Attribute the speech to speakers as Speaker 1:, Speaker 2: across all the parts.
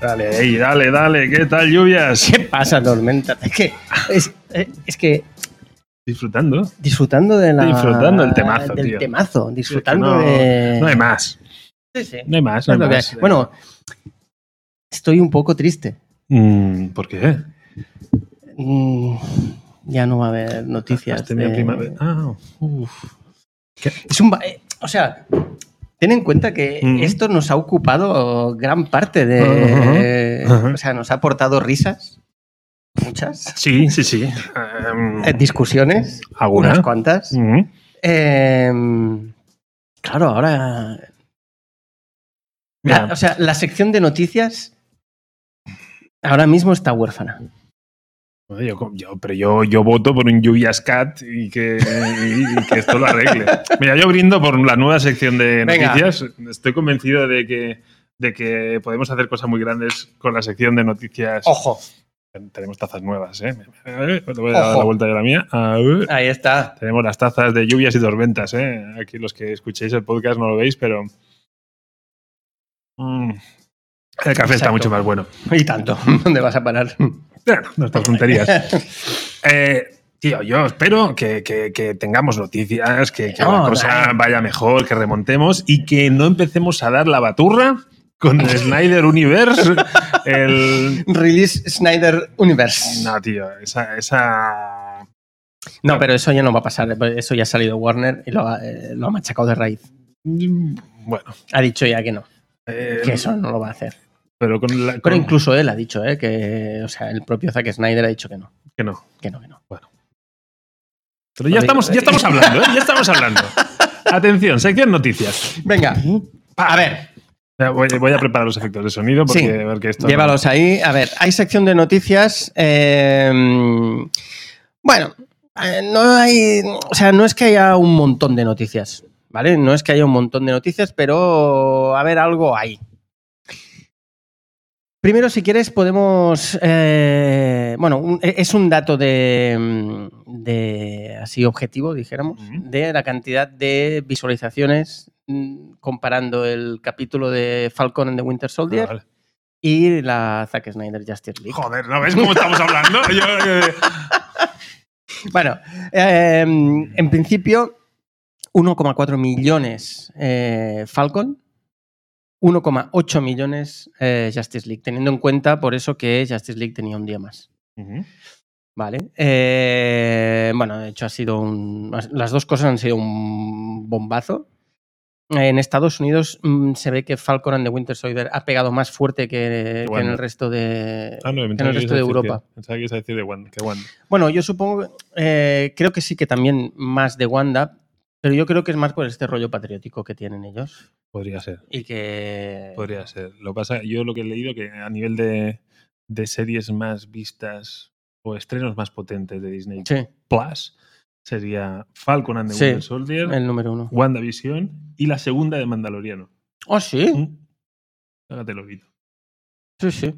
Speaker 1: Dale, ey, dale, dale. ¿Qué tal, lluvias?
Speaker 2: ¿Qué pasa, Tormenta? Es que, es, es que
Speaker 1: Disfrutando.
Speaker 2: disfrutando de la.
Speaker 1: Disfrutando del temazo,
Speaker 2: Del
Speaker 1: tío.
Speaker 2: temazo, disfrutando
Speaker 1: no,
Speaker 2: de.
Speaker 1: No hay más.
Speaker 2: Sí, sí.
Speaker 1: Eh, No hay más. No
Speaker 2: Es
Speaker 1: hay
Speaker 2: lo que
Speaker 1: más.
Speaker 2: hay. Bueno, estoy un poco triste.
Speaker 1: Mm, ¿Por qué?
Speaker 2: Mm, Ya no va a haber noticias. eh,
Speaker 1: Has tenido
Speaker 2: de-
Speaker 1: primavera. Ah,
Speaker 2: Uf.
Speaker 1: ¿Qué?
Speaker 2: Es un. ba- eh, O sea. Ten en cuenta que
Speaker 1: Mm.
Speaker 2: esto nos ha ocupado gran parte de.
Speaker 1: Ujú. Ujú.
Speaker 2: O sea, nos ha aportado risas. Muchas.
Speaker 1: sí, sí, sí. Em,
Speaker 2: eh, discusiones.
Speaker 1: ¿Alguna?
Speaker 2: Unas cuantas.
Speaker 1: Mm.
Speaker 2: Em, claro, ahora.
Speaker 1: Mira,
Speaker 2: La- o sea, la sección de noticias ahora mismo está huérfana.
Speaker 1: Bueno, yo com- yo- pero yo, yo voto por un lluvias cat y que, y que esto lo arregle. Mira, yo brindo por la nueva sección de
Speaker 2: Venga.
Speaker 1: noticias. Estoy convencido de que, de que podemos hacer cosas muy grandes con la sección de noticias.
Speaker 2: Ojo,
Speaker 1: Tenemos tazas nuevas, ¿eh? Le voy a dar la
Speaker 2: Ojo.
Speaker 1: vuelta de la mía. A ver.
Speaker 2: ahí está.
Speaker 1: Tenemos las tazas de lluvias y tormentas, ¿eh? Aquí los que escuchéis el podcast no lo veis, pero... Mm. El café está
Speaker 2: Exacto.
Speaker 1: mucho más bueno.
Speaker 2: Y tanto, ¿dónde vas a parar?
Speaker 1: Bueno, nuestras tonterías. Eh, tío, yo espero que, que- que tengamos noticias, que, que la
Speaker 2: No,
Speaker 1: cosa
Speaker 2: Dani.
Speaker 1: vaya mejor, que remontemos y que no empecemos a dar la baturra con el Snyder Universe. El...
Speaker 2: Release Snyder Universe. No.
Speaker 1: No, tío, esa... esa...
Speaker 2: pero eso ya no va a pasar. Eso ya ha salido Warner y lo ha, eh, lo ha machacado de raíz.
Speaker 1: mm, Bueno.
Speaker 2: Ha dicho ya que no,
Speaker 1: eh,
Speaker 2: que eso no lo va a hacer.
Speaker 1: Pero con la...
Speaker 2: Pero
Speaker 1: con-
Speaker 2: incluso él ha dicho, ¿eh? que, o sea, el propio Zack Snyder ha dicho que no,
Speaker 1: Que no.
Speaker 2: que no, que no.
Speaker 1: Pero ya estamos, ya estamos hablando, ¿eh? Ya estamos hablando. Atención, sección noticias.
Speaker 2: Venga, a ver,
Speaker 1: Ya Voy, voy a preparar los efectos de sonido porque,
Speaker 2: Sí.
Speaker 1: porque esto...
Speaker 2: Llévalos ahí. A ver, hay sección de noticias. eh, bueno, eh, no hay. O sea, no es que haya un montón de noticias, ¿vale? No es que haya un montón de noticias, pero a ver, algo hay. Primero, si quieres, podemos. eh, bueno, un- es un dato de, mm, de. Así objetivo, dijéramos,
Speaker 1: Ujú.
Speaker 2: de la cantidad de visualizaciones mm, comparando el capítulo de Falcon and the Winter Soldier
Speaker 1: Ah, Vale.
Speaker 2: y la Zack Snyder Justice League.
Speaker 1: Joder, ¿no ves cómo estamos hablando? Yo, eh,
Speaker 2: Bueno, eh, en principio, 1,4 millones eh, Falcon, 1,8 millones eh, Justice League, teniendo en cuenta por eso que Justice League tenía un día más. Vale. Eh, bueno, de hecho ha sido un. Las dos cosas han sido un bombazo. En Estados Unidos mm, se ve que Falcon and the Winter Soldier ha pegado más fuerte que, que en
Speaker 1: Wanda.
Speaker 2: el resto de,
Speaker 1: Ah, no,
Speaker 2: que en
Speaker 1: pensaba
Speaker 2: el
Speaker 1: que ibas
Speaker 2: resto
Speaker 1: a
Speaker 2: de
Speaker 1: decir
Speaker 2: Europa.
Speaker 1: que- pensaba que ibas a decir de Wanda. Que Wanda.
Speaker 2: Bueno, yo supongo, eh, creo que sí que también más de Wanda, pero yo creo que es más por este rollo patriótico que tienen ellos
Speaker 1: Podría ser,
Speaker 2: y que...
Speaker 1: podría ser. Lo que pasa, yo lo que he leído que a nivel de, de series más vistas o estrenos más potentes de Disney
Speaker 2: Sí,
Speaker 1: Plus sería Falcon and the
Speaker 2: Sí,
Speaker 1: Winter Soldier,
Speaker 2: el número uno.
Speaker 1: WandaVision y la segunda de Mandaloriano.
Speaker 2: Oh, sí,
Speaker 1: Mm. Hágate el oído.
Speaker 2: sí, sí.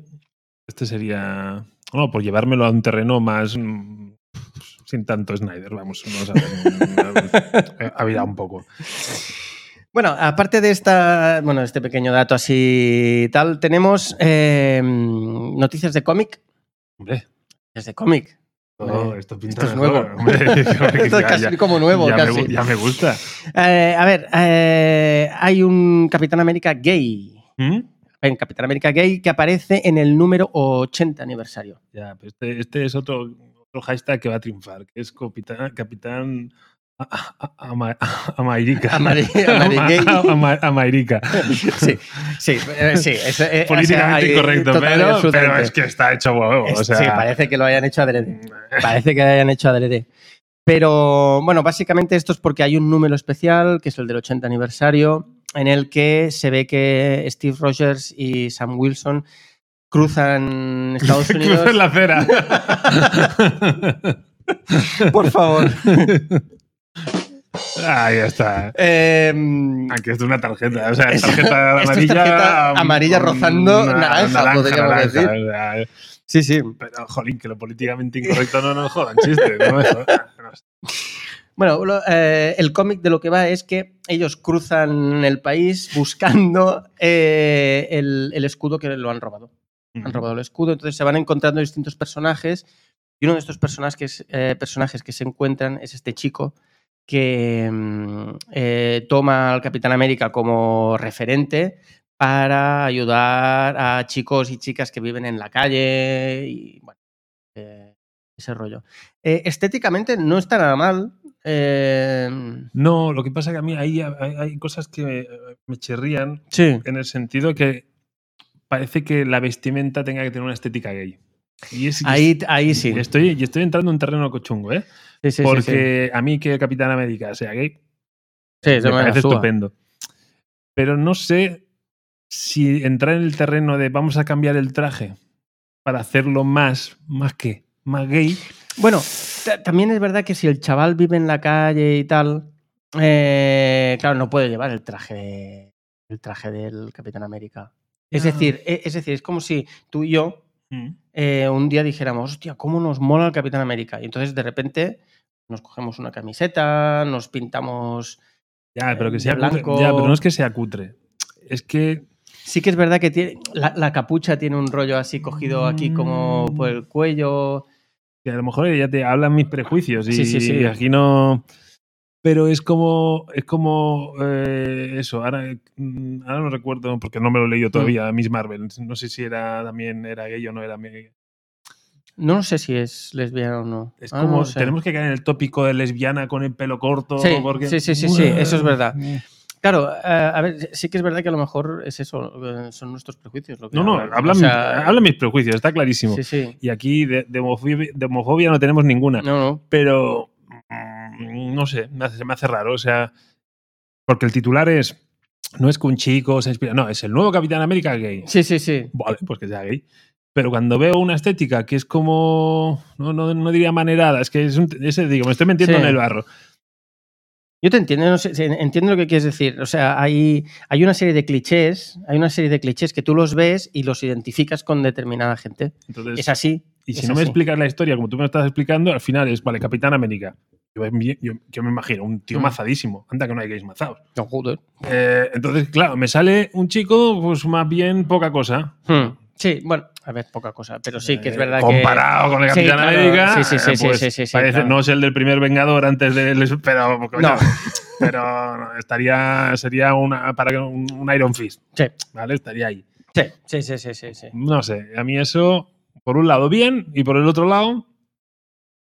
Speaker 1: Este sería. No, por llevármelo a un terreno más. mm, Sin tanto Snyder, vamos. Vamos a ver. eh, Habitar un poco.
Speaker 2: Bueno, aparte de esta, bueno, este pequeño dato así y tal, tenemos eh, noticias de cómic.
Speaker 1: Hombre,
Speaker 2: Noticias de cómic.
Speaker 1: todo
Speaker 2: Hombre,
Speaker 1: esto pinta
Speaker 2: Esto es
Speaker 1: mejor,
Speaker 2: nuevo.
Speaker 1: hombre.
Speaker 2: Esto es
Speaker 1: Ya,
Speaker 2: casi
Speaker 1: ya.
Speaker 2: como nuevo,
Speaker 1: ya, Me,
Speaker 2: casi.
Speaker 1: gu- ya me gusta.
Speaker 2: Eh, a ver, eh, hay un Capitán América gay.
Speaker 1: ¿Mm?
Speaker 2: Hay un Capitán América gay que aparece en el número 80 aniversario.
Speaker 1: Ya, pero este, este es otro, otro hashtag que va a triunfar, que es Capitán, Capitán a, a, a, Ma- a Mairica.
Speaker 2: A Mari- a Mari Gay.
Speaker 1: A Ma- a Mairica.
Speaker 2: Sí, sí, eh, sí. es- eh,
Speaker 1: Políticamente
Speaker 2: o sea, hay-
Speaker 1: incorrecto,
Speaker 2: total,
Speaker 1: pero, pero
Speaker 2: absolutamente.
Speaker 1: es que está hecho huevo.
Speaker 2: Es-
Speaker 1: O sea,
Speaker 2: sí, parece que lo hayan hecho adrede. Parece que lo hayan hecho adrede. Pero bueno, básicamente esto es porque hay un número especial, que es el del 80 aniversario, en el que se ve que Steve Rogers y Sam Wilson cruzan Estados Unidos.
Speaker 1: cruzan la acera.
Speaker 2: Por favor.
Speaker 1: Ahí está.
Speaker 2: Em,
Speaker 1: Aquí esto es una tarjeta, o sea, tarjeta
Speaker 2: esto es
Speaker 1: amarilla.
Speaker 2: tarjeta
Speaker 1: um,
Speaker 2: amarilla
Speaker 1: con
Speaker 2: rozando naranja, podríamos decir.
Speaker 1: o sea,
Speaker 2: sí, sí.
Speaker 1: pero, jolín, que lo políticamente incorrecto no nos jodan chistes. No ¿eh? me jodan.
Speaker 2: Bueno, lo- eh, el cómic de lo que va es que ellos cruzan el país buscando eh, el, el escudo que lo han robado. Han robado el escudo, entonces se van encontrando distintos personajes y uno de estos personajes, eh, personajes que se encuentran es este chico que mm, eh, toma al Capitán América como referente para ayudar a chicos y chicas que viven en la calle y bueno, eh, ese rollo. Eh, estéticamente no está nada mal. eh,
Speaker 1: No, lo que pasa que a mí ahí hay, hay cosas que me, me chirrían
Speaker 2: sí.
Speaker 1: en el sentido que parece que la vestimenta tenga que tener una estética gay. Y es, y
Speaker 2: Ahí, ahí sí.
Speaker 1: y estoy, y estoy entrando en un terreno cochungo, ¿eh?
Speaker 2: Sí, sí, sí, sí.
Speaker 1: Porque a mí que Capitán América sea gay,
Speaker 2: Sí, se
Speaker 1: me
Speaker 2: me la
Speaker 1: parece
Speaker 2: suda.
Speaker 1: estupendo. Pero no sé si entrar en el terreno de vamos a cambiar el traje para hacerlo más, más que, más gay.
Speaker 2: Bueno, ta- también es verdad que si el chaval vive en la calle y tal, eh, claro, no puede llevar el traje, el traje del Capitán América. Es
Speaker 1: Ya.
Speaker 2: decir, e- es decir, es como si tú y yo eh, un día dijéramos, hostia, cómo nos mola el Capitán América. Y entonces de repente nos cogemos una camiseta, nos pintamos.
Speaker 1: Ya, pero
Speaker 2: De
Speaker 1: que sea
Speaker 2: blanco.
Speaker 1: cutre. Ya, pero no es que sea cutre. Es que
Speaker 2: Sí que es verdad que tiene, la, la capucha tiene un rollo así cogido aquí como por
Speaker 1: Mm.
Speaker 2: el cuello.
Speaker 1: que a lo mejor ya te hablan mis prejuicios y,
Speaker 2: Sí, sí, sí.
Speaker 1: y aquí no. Pero es como, es como eh, eso. Ahora, mm, ahora no recuerdo porque no me lo he
Speaker 2: Mm.
Speaker 1: leído todavía. Miss Marvel. No sé si era también era gay o no era gay.
Speaker 2: No sé si es lesbiana o no.
Speaker 1: Es
Speaker 2: Ah,
Speaker 1: como,
Speaker 2: no sé.
Speaker 1: tenemos que caer en el tópico de lesbiana con el pelo corto.
Speaker 2: Sí,
Speaker 1: porque-
Speaker 2: sí, sí, sí, sí, eso es verdad. Claro, eh, a ver, sí que es verdad que a lo mejor es eso, eh, son nuestros prejuicios. Lo que
Speaker 1: No, no,
Speaker 2: hablan.
Speaker 1: hablan,
Speaker 2: O sea,
Speaker 1: hablan mis prejuicios, está clarísimo.
Speaker 2: Sí, sí.
Speaker 1: Y aquí de, de homofobia, de homofobia no tenemos ninguna.
Speaker 2: No, no.
Speaker 1: Pero, mm, no sé, me hace- se me hace raro. O sea, porque el titular es, no es que un chico se inspira, no, es el nuevo Capitán América gay.
Speaker 2: Sí, sí, sí.
Speaker 1: Vale, pues que sea gay. Pero cuando veo una estética que es como, no, no, no diría manerada, es que es un, ese, digo, me estoy metiendo
Speaker 2: Sí.
Speaker 1: en el barro.
Speaker 2: Yo te entiendo, no sé, sí, entiendo lo que quieres decir. O sea, hay, hay una serie de clichés, hay una serie de clichés que tú los ves y los identificas con determinada gente.
Speaker 1: Entonces,
Speaker 2: Es así.
Speaker 1: Y si
Speaker 2: Es
Speaker 1: no me
Speaker 2: así.
Speaker 1: explicas la historia como tú me estás explicando, al final es, vale, Capitán América. Yo, me- yo- yo me imagino, un tío
Speaker 2: Mm.
Speaker 1: mazadísimo. Anda que no hay gays mazados.
Speaker 2: No, joder.
Speaker 1: Eh, entonces, claro, me sale un chico, pues más bien poca cosa.
Speaker 2: Hmm. Sí, bueno, a ver, poca cosa, pero sí que es
Speaker 1: Eh,
Speaker 2: verdad que.
Speaker 1: Comparado con el
Speaker 2: Sí,
Speaker 1: Capitán
Speaker 2: claro.
Speaker 1: América.
Speaker 2: Sí, sí, sí,
Speaker 1: eh,
Speaker 2: sí,
Speaker 1: pues,
Speaker 2: sí, sí, sí,
Speaker 1: Parece
Speaker 2: claro.
Speaker 1: no es el del primer Vengador antes del. Pero,
Speaker 2: No.
Speaker 1: pero estaría. Sería una, para un, un Iron Fist.
Speaker 2: Sí.
Speaker 1: ¿Vale? Estaría ahí.
Speaker 2: Sí, sí, sí, sí, sí, sí.
Speaker 1: No sé, a mí eso, por un lado bien y por el otro lado,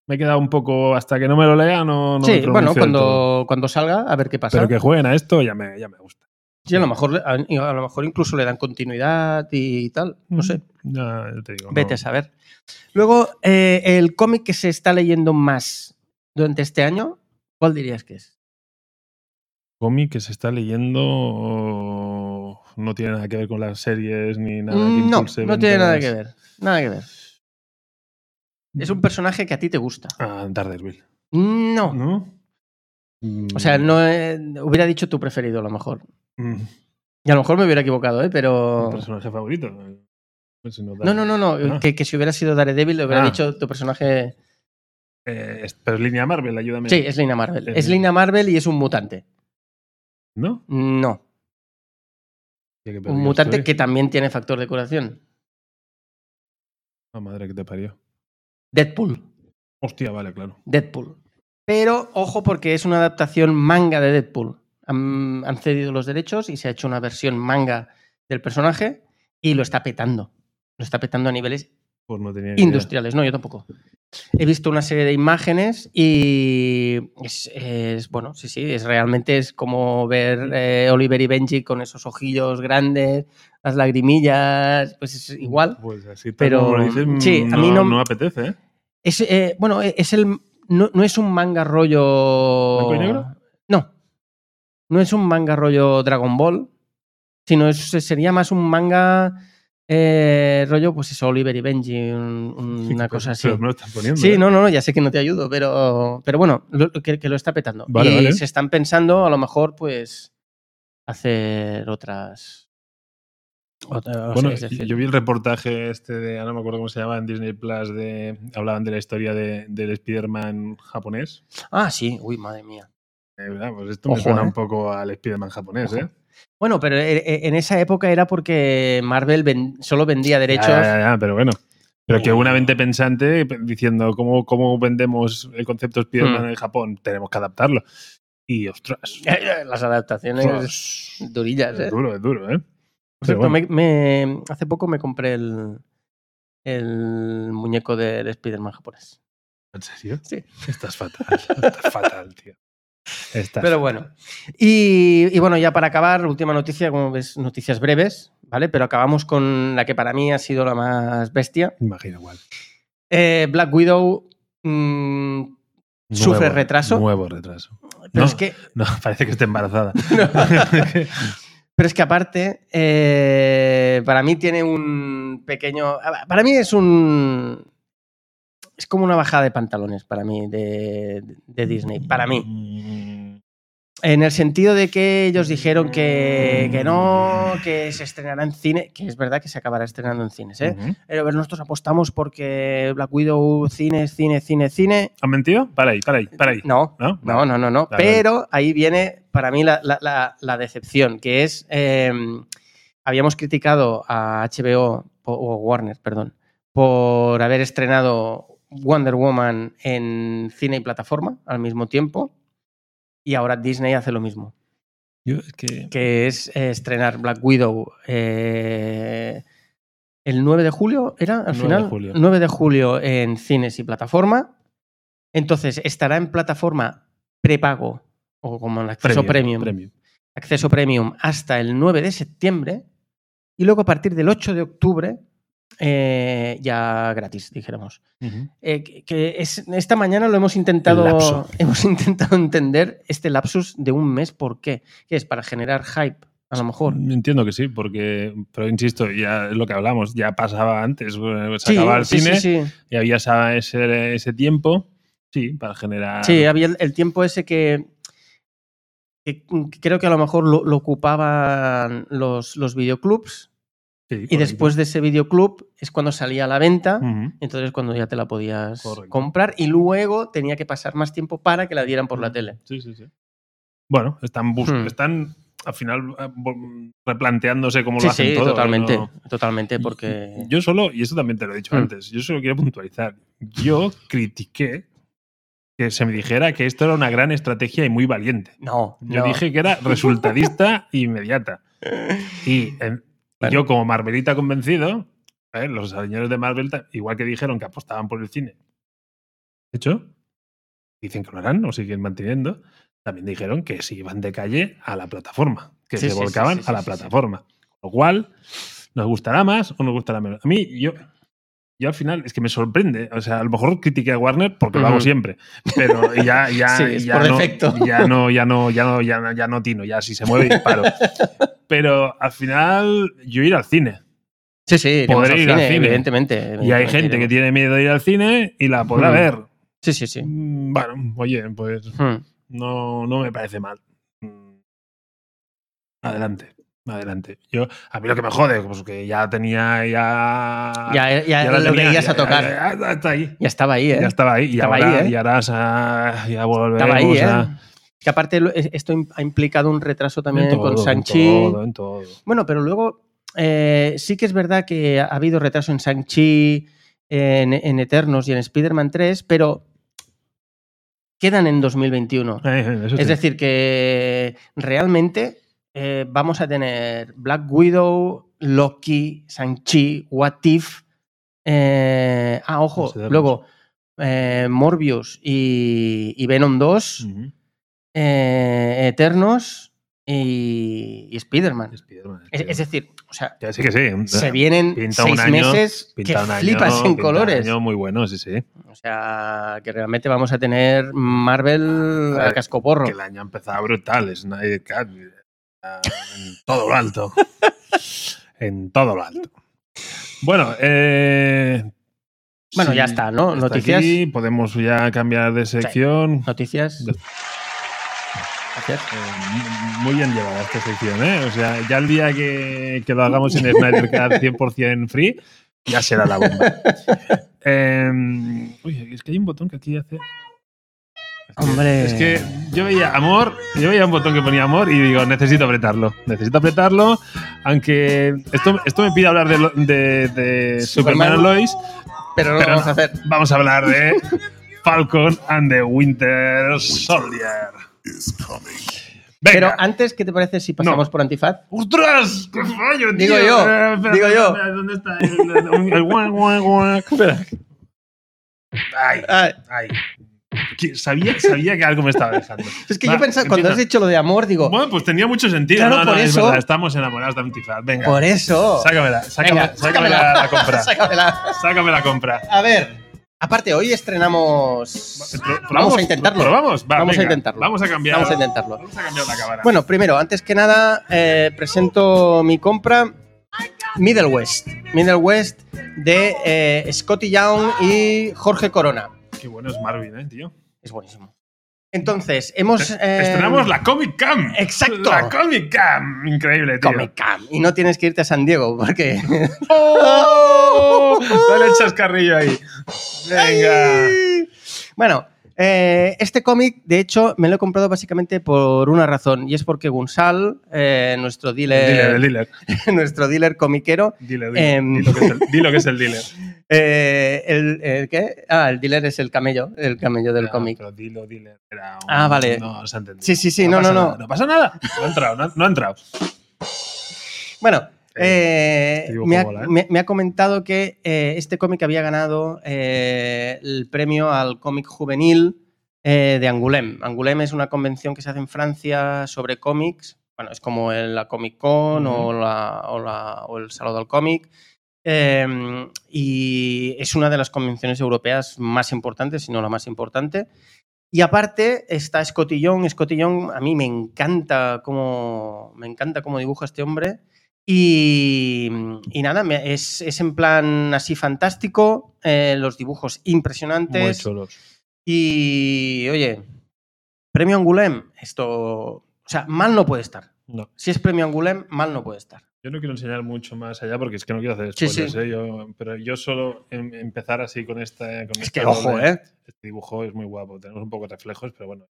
Speaker 1: me he quedado un poco hasta que no me lo lea, no, no me
Speaker 2: Sí, bueno,
Speaker 1: pronuncio del todo.
Speaker 2: cuando, cuando salga, a ver qué pasa.
Speaker 1: Pero que jueguen a esto ya me, ya me gusta.
Speaker 2: Sí, a lo mejor, a, a lo mejor incluso le dan continuidad y tal. No sé.
Speaker 1: Ya, ya te digo, no.
Speaker 2: Vete a saber. Luego, eh, el cómic que se está leyendo más durante este año, ¿cuál dirías que es?
Speaker 1: Cómic que se está leyendo no tiene nada que ver con las series ni nada. que
Speaker 2: Mm, no,
Speaker 1: impulse
Speaker 2: no tiene nada que
Speaker 1: ventas.
Speaker 2: ver. Nada que ver. Es
Speaker 1: Mm.
Speaker 2: un personaje que a ti te gusta.
Speaker 1: Ah, Daredevil,
Speaker 2: No.
Speaker 1: ¿no?
Speaker 2: O sea, no eh, hubiera dicho tu preferido a lo mejor.
Speaker 1: Mm,
Speaker 2: Y a lo mejor me hubiera equivocado, ¿eh?
Speaker 1: ¿Un
Speaker 2: Pero...
Speaker 1: personaje favorito? Pues, si
Speaker 2: No, no, no, no.
Speaker 1: Ah.
Speaker 2: Que, que si hubiera sido Daredevil, le hubiera
Speaker 1: Ah.
Speaker 2: dicho tu personaje...
Speaker 1: Eh, es- pero es línea Marvel, ayúdame.
Speaker 2: Sí, es Lina Marvel.
Speaker 1: Es
Speaker 2: Es
Speaker 1: Lina.
Speaker 2: Lina Marvel y es un mutante.
Speaker 1: ¿No?
Speaker 2: No.
Speaker 1: Ya que ¿eh? perdido
Speaker 2: Un mutante
Speaker 1: estoy.
Speaker 2: que también tiene factor de curación.
Speaker 1: Ah, madre que te parió.
Speaker 2: Deadpool.
Speaker 1: Hostia, vale, claro.
Speaker 2: Deadpool. Pero ojo porque es una adaptación manga de Deadpool. Han, han cedido los derechos y se ha hecho una versión manga del personaje y lo está petando. Lo está petando a niveles
Speaker 1: Pues no tenía ni idea.
Speaker 2: Industriales, no, yo tampoco. He visto una serie de imágenes y es, es- bueno, sí, sí, es realmente es como ver eh, Oliver y Benji con esos ojillos grandes, las lagrimillas, pues es igual.
Speaker 1: Pues así tal
Speaker 2: Pero,
Speaker 1: como lo dices,
Speaker 2: sí,
Speaker 1: no,
Speaker 2: a mí no-
Speaker 1: no apetece, ¿eh?
Speaker 2: Es, eh, bueno, e- es el, no, no es un manga rollo.
Speaker 1: ¿Blanco y negro?
Speaker 2: No. No es un manga rollo Dragon Ball, sino es, sería más un manga eh, rollo, pues eso, Oliver y Benji, un- un- una cosa así.
Speaker 1: Pero me lo están poniendo.
Speaker 2: Sí,
Speaker 1: ¿eh?
Speaker 2: no, no, no, ya sé que no te ayudo, pero, pero bueno, lo- que, que lo está petando.
Speaker 1: Vale,
Speaker 2: y
Speaker 1: vale.
Speaker 2: se están pensando, a lo mejor, pues, hacer otras. otra- o
Speaker 1: Bueno,
Speaker 2: sea, es decir,
Speaker 1: yo vi el reportaje este de, ah, no me acuerdo cómo se llamaba, en Disney Plus, de, hablaban de la historia de, del Spider-Man japonés.
Speaker 2: Ah, sí, uy, madre mía.
Speaker 1: Eh, ¿verdad? pues esto me
Speaker 2: Ojo,
Speaker 1: suena
Speaker 2: ¿eh?
Speaker 1: un poco al Spider-Man japonés,
Speaker 2: Ojo.
Speaker 1: ¿eh?
Speaker 2: Bueno, pero e- e- en esa época era porque Marvel ven- solo vendía derechos.
Speaker 1: Ya, ya, ya, pero bueno. Pero que una mente pensante pe- diciendo cómo, cómo vendemos el concepto Spider-Man
Speaker 2: Hmm.
Speaker 1: en Japón, tenemos que adaptarlo. Y ostras.
Speaker 2: Las adaptaciones
Speaker 1: ostras,
Speaker 2: durillas, ¿eh?
Speaker 1: es duro, es duro, ¿eh?
Speaker 2: Por
Speaker 1: Pero
Speaker 2: cierto,
Speaker 1: bueno,
Speaker 2: me- me- hace poco me compré el, el muñeco del Spider-Man japonés.
Speaker 1: ¿En serio?
Speaker 2: Sí.
Speaker 1: Estás fatal. Estás fatal, tío. Estás fatal.
Speaker 2: Pero bueno. Y, y bueno, ya para acabar, última noticia, como ves, noticias breves, ¿vale? Pero acabamos con la que para mí ha sido la más bestia.
Speaker 1: Me Imagino igual.
Speaker 2: Eh, Black Widow. mm, ¿Sufre
Speaker 1: Nuevo-
Speaker 2: retraso?
Speaker 1: Nuevo retraso.
Speaker 2: pero,
Speaker 1: No.
Speaker 2: es que,
Speaker 1: No, parece que está embarazada.
Speaker 2: pero es que aparte, eh, para mí tiene un pequeño. Para mí es un. Es como una bajada de pantalones para mí de, de Disney. Para mí.
Speaker 1: Mm, mí.
Speaker 2: En el sentido de que ellos dijeron que, que no, que se estrenará en cine, que es verdad que se acabará estrenando en cines,
Speaker 1: Mm.
Speaker 2: ¿eh? Pero nosotros apostamos porque Black Widow, cine, cine, cine, cine.
Speaker 1: ¿Han mentido? Para ahí, para ahí, para ahí.
Speaker 2: No,
Speaker 1: ¿No?
Speaker 2: no, no, no, no.
Speaker 1: Vale.
Speaker 2: Pero ahí viene para mí la, la- la- la decepción, que es, eh, habíamos criticado a HBO, po- o Warner, perdón, por haber estrenado Wonder Woman en cine y plataforma al mismo tiempo. Y ahora Disney hace lo mismo
Speaker 1: Yo es que.
Speaker 2: que es eh, estrenar Black Widow eh, el 9 de julio, ¿era? Al
Speaker 1: 9 de
Speaker 2: final,
Speaker 1: julio.
Speaker 2: 9 de julio en cines y plataforma. Entonces, estará en plataforma prepago o como en acceso premium, acceso premium hasta el 9 de septiembre y luego a partir del 8 de octubre eh, ya gratis, dijéramos. Eh, que- que es- esta mañana lo hemos intentado,
Speaker 1: lapso.
Speaker 2: hemos intentado entender este lapsus de un mes. ¿Por qué? Que es para generar hype, a lo mejor.
Speaker 1: Entiendo que sí, porque, pero insisto, ya es lo que hablamos, ya pasaba antes, eh, se
Speaker 2: Sí,
Speaker 1: acababa el
Speaker 2: sí,
Speaker 1: cine
Speaker 2: sí, sí.
Speaker 1: y había esa- ese, ese tiempo, sí, para generar...
Speaker 2: Sí, había el, el tiempo ese que, que creo que a lo mejor lo, lo ocupaban los, los videoclubs
Speaker 1: Sí,
Speaker 2: y
Speaker 1: correcto.
Speaker 2: después de ese videoclub es cuando salía a la venta.
Speaker 1: Ujú.
Speaker 2: Entonces cuando ya te la podías
Speaker 1: Correcto.
Speaker 2: comprar y luego tenía que pasar más tiempo para que la dieran por la
Speaker 1: Ujú.
Speaker 2: tele.
Speaker 1: Sí, sí, sí. Bueno, están, bus-
Speaker 2: Hmm.
Speaker 1: están al final eh, vol- replanteándose cómo
Speaker 2: Sí,
Speaker 1: lo hacen
Speaker 2: sí,
Speaker 1: todo,
Speaker 2: totalmente,
Speaker 1: ¿no?
Speaker 2: totalmente, porque...
Speaker 1: Yo solo, y eso también te lo he dicho
Speaker 2: Mm.
Speaker 1: antes, yo solo quiero puntualizar. Yo critiqué que se me dijera que esto era una gran estrategia y muy valiente.
Speaker 2: No,
Speaker 1: Yo
Speaker 2: no.
Speaker 1: dije que era resultadista e inmediata. Y eh,
Speaker 2: Bueno.
Speaker 1: yo, como Marvelita convencido, eh, los señores de Marvel, ta- igual que dijeron que apostaban por el cine, de hecho, dicen que lo harán o siguen manteniendo, también dijeron que se iban de calle a la plataforma, que
Speaker 2: Sí,
Speaker 1: se
Speaker 2: sí, sí,
Speaker 1: volcaban
Speaker 2: sí, sí,
Speaker 1: a la
Speaker 2: sí, sí.
Speaker 1: plataforma. Lo cual, nos gustará más o nos gustará menos. A mí, yo. Yo al final es que me sorprende, o sea, a lo mejor critiqué a Warner porque lo hago
Speaker 2: Ujú.
Speaker 1: siempre, pero ya, ya,
Speaker 2: Sí, es
Speaker 1: ya
Speaker 2: por
Speaker 1: no,
Speaker 2: defecto.
Speaker 1: ya no, ya no, ya no, ya no, ya no tino, ya si se mueve disparo. Pero al final yo ir al cine.
Speaker 2: Sí, sí, iremos
Speaker 1: Podré ir al cine.
Speaker 2: evidentemente.
Speaker 1: Y hay
Speaker 2: evidentemente
Speaker 1: gente que
Speaker 2: iremos.
Speaker 1: tiene miedo de ir al cine y la podrá
Speaker 2: Mm.
Speaker 1: ver.
Speaker 2: Sí, sí, sí.
Speaker 1: Mm, Bueno, oye, pues
Speaker 2: Hmm.
Speaker 1: no, no me parece mal. Mm. Adelante, adelante. Yo, a mí lo que me jode, pues que ya tenía, ya...
Speaker 2: Ya, ya,
Speaker 1: ya la
Speaker 2: lo
Speaker 1: tenía,
Speaker 2: veías
Speaker 1: ya-
Speaker 2: a tocar. Ya,
Speaker 1: Ya, ya- ya está ahí.
Speaker 2: estaba ahí, ¿eh?
Speaker 1: Ya estaba ahí. Y
Speaker 2: Estaba
Speaker 1: ahora,
Speaker 2: ahí, ¿eh?
Speaker 1: y ahora sa- ya volveremos
Speaker 2: estaba ahí, ¿eh?
Speaker 1: a...
Speaker 2: Que aparte lo- es- esto im- ha implicado un retraso también
Speaker 1: en todo,
Speaker 2: con
Speaker 1: en
Speaker 2: Sanchi.
Speaker 1: todo, en todo.
Speaker 2: Bueno, pero luego eh, sí que es verdad que ha habido retraso en Sanchi, en, en Eternos y en Spider-Man 3, pero quedan en 2021.
Speaker 1: Eh, eh, eso
Speaker 2: Es
Speaker 1: sí.
Speaker 2: decir, que realmente eh, vamos a tener Black Widow, Loki, Shang-Chi, What If, Eh, ah, ojo,
Speaker 1: Consideramos.
Speaker 2: luego eh, Morbius y, y Venom 2,
Speaker 1: Ujú.
Speaker 2: eh, Eternos y, y Spider-Man.
Speaker 1: Spider-Man,
Speaker 2: Es,
Speaker 1: tío.
Speaker 2: es decir, o sea,
Speaker 1: Ya sí que sí.
Speaker 2: se vienen
Speaker 1: pinta un
Speaker 2: seis
Speaker 1: año,
Speaker 2: meses que
Speaker 1: Pinta un año,
Speaker 2: flipas en
Speaker 1: pinta un
Speaker 2: colores.
Speaker 1: año muy bueno, sí, sí.
Speaker 2: O sea, que realmente vamos a tener Marvel
Speaker 1: Ah,
Speaker 2: a cascoporro.
Speaker 1: Que el año ha empezado brutal. Snyder Cut, ah, en todo lo alto. en todo lo alto. Bueno, eh,
Speaker 2: Bueno,
Speaker 1: sí,
Speaker 2: ya está, ¿no?
Speaker 1: hasta
Speaker 2: Noticias.
Speaker 1: aquí. podemos ya cambiar de sección.
Speaker 2: Noticias.
Speaker 1: De-
Speaker 2: Gracias.
Speaker 1: Eh, Muy bien llevada esta sección, ¿eh? O sea, ya el día que, que lo hagamos en Snyder Cut 100% free, ya será la bomba. Eh, uy, es que hay un botón que aquí hace...
Speaker 2: Hombre.
Speaker 1: Es que yo veía amor, yo veía un botón que ponía amor y digo, necesito apretarlo, necesito apretarlo, aunque esto, esto me pide hablar de, lo- de- de
Speaker 2: Superman.
Speaker 1: Superman, Lois,
Speaker 2: Pero no lo
Speaker 1: pero
Speaker 2: vamos
Speaker 1: no.
Speaker 2: a hacer.
Speaker 1: vamos a hablar de Falcon and the Winter Soldier.
Speaker 2: Pero
Speaker 1: Venga.
Speaker 2: antes, ¿qué te parece si pasamos por Antifaz?
Speaker 1: ¡Ostras! ¡Qué fallo, tío!
Speaker 2: Digo yo,
Speaker 1: Espera, espera,
Speaker 2: digo yo.
Speaker 1: espera, ¿Dónde está el, el- el guac, guac, guac? Ay,
Speaker 2: Ah,
Speaker 1: ay. Que- Sabía, sabía que algo me estaba dejando.
Speaker 2: es que
Speaker 1: Va,
Speaker 2: yo pensaba, cuando has
Speaker 1: empieza.
Speaker 2: dicho lo de amor, digo,
Speaker 1: Bueno, pues tenía mucho sentido.
Speaker 2: Claro,
Speaker 1: no, no,
Speaker 2: por
Speaker 1: es
Speaker 2: eso.
Speaker 1: verdad, estamos enamorados de Antifaz. Venga,
Speaker 2: por eso.
Speaker 1: sácamela, sácame,
Speaker 2: Venga,
Speaker 1: sácame
Speaker 2: sácamela.
Speaker 1: la, la compra.
Speaker 2: Sácamela.
Speaker 1: sácame la compra.
Speaker 2: A ver, aparte, hoy estrenamos.
Speaker 1: Pro-
Speaker 2: Vamos
Speaker 1: probamos,
Speaker 2: a intentarlo.
Speaker 1: probamos, va,
Speaker 2: Vamos a
Speaker 1: venga,
Speaker 2: intentarlo.
Speaker 1: Vamos a cambiar.
Speaker 2: Vamos a intentarlo.
Speaker 1: Vamos a cambiar la cámara.
Speaker 2: Bueno, primero, antes que nada, eh, presento mi compra Middle West. Middle West de eh, Scotty Young y Jorge Corona.
Speaker 1: Qué bueno es Marvin, eh, tío.
Speaker 2: Es buenísimo. Entonces, hemos. eh,
Speaker 1: Pues, Estrenamos la Comic Cam.
Speaker 2: Exacto.
Speaker 1: La Comic Cam. Increíble, tío.
Speaker 2: Comic Cam. Y no tienes que irte a San Diego, porque.
Speaker 1: ¡Oh! Dale el chascarrillo ahí. Venga.
Speaker 2: Bueno, eh, este cómic, de hecho, me lo he comprado básicamente por una razón, y es porque Gunsal, eh, nuestro
Speaker 1: Dealer,
Speaker 2: dealer,
Speaker 1: el dealer.
Speaker 2: nuestro dealer comiquero,
Speaker 1: Dealer, dealer.
Speaker 2: Em.
Speaker 1: Di lo que es el- Di lo que es el dealer.
Speaker 2: eh, el, el qué? Ah, el dealer es el camello, el camello del
Speaker 1: No,
Speaker 2: cómic.
Speaker 1: Pero dilo, dile. Era un-
Speaker 2: Ah, vale.
Speaker 1: No, se ha entendido.
Speaker 2: Sí, sí, sí, no, no,
Speaker 1: pasa
Speaker 2: no.
Speaker 1: nada, no pasa nada. No ha entrado, no ha, no ha entrado.
Speaker 2: Bueno, eh,
Speaker 1: dibujo
Speaker 2: me, ha,
Speaker 1: mola, ¿eh?
Speaker 2: me- me ha comentado que eh, este cómic había ganado eh, el premio al cómic juvenil eh, de Angoulême. Angoulême es una convención que se hace en Francia sobre cómics. Bueno, es como el- la Comic Con o, la- o la- o el Salón del Cómic. Eh, y es una de las convenciones europeas más importantes, si no la más importante. Y aparte está Scotty Young. Scotty Young, a mí me encanta cómo, me encanta cómo dibuja este hombre. Y, y nada, me- es, es en plan así fantástico, eh, los dibujos
Speaker 1: Muy
Speaker 2: impresionantes.
Speaker 1: chulos.
Speaker 2: Y oye, premio Angoulême, esto, o sea, mal no puede estar.
Speaker 1: No.
Speaker 2: Si es premio Angoulême, mal no puede estar.
Speaker 1: Yo no quiero enseñar mucho más allá porque es que no quiero hacer
Speaker 2: Sí,
Speaker 1: spoilers,
Speaker 2: sí.
Speaker 1: ¿eh? Yo- pero yo solo em- empezar así con esta. Con
Speaker 2: Es
Speaker 1: esta
Speaker 2: que ojo,
Speaker 1: doble-
Speaker 2: ¿eh?
Speaker 1: Este dibujo es muy guapo. Tenemos un poco de reflejos, pero bueno,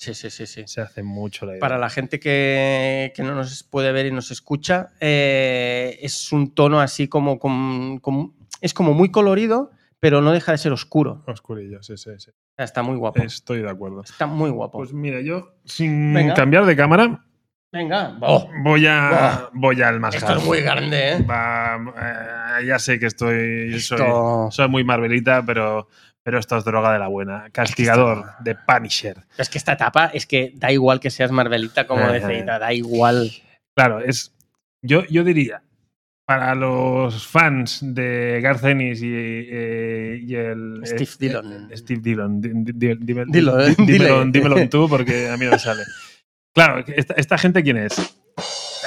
Speaker 2: Sí, sí, sí, sí.
Speaker 1: se hace mucho la idea.
Speaker 2: Para la gente que, que no nos puede ver y nos escucha, eh, es un tono así como, con- con- es como muy colorido, pero no deja de ser oscuro.
Speaker 1: Oscurillo, sí, sí, sí.
Speaker 2: O sea, Está muy guapo.
Speaker 1: Estoy de acuerdo.
Speaker 2: Está muy guapo.
Speaker 1: Eh, Pues mira, yo sin
Speaker 2: Venga.
Speaker 1: cambiar de cámara
Speaker 2: Venga, oh,
Speaker 1: voy a voy al más
Speaker 2: esto
Speaker 1: hard.
Speaker 2: es muy grande, ¿eh?
Speaker 1: Va, eh, ya sé que estoy soy,
Speaker 2: Esto-
Speaker 1: soy muy marvelita, pero pero esto es droga de la buena. Castigador de Punisher.
Speaker 2: Es que esta etapa es que da igual que seas Marvelita como
Speaker 1: Ajá.
Speaker 2: de Ceita, da igual.
Speaker 1: Claro, es. Yo, yo diría, para los fans de Garth Ennis y, eh, y el.
Speaker 2: Steve
Speaker 1: eh,
Speaker 2: Dillon.
Speaker 1: eh, Steve Dillon. di- di- di- dime-
Speaker 2: Dilo, eh,
Speaker 1: dímelo,
Speaker 2: dile.
Speaker 1: dímelo tú, porque a mí no me sale. Claro, esta, esta gente, ¿quién es?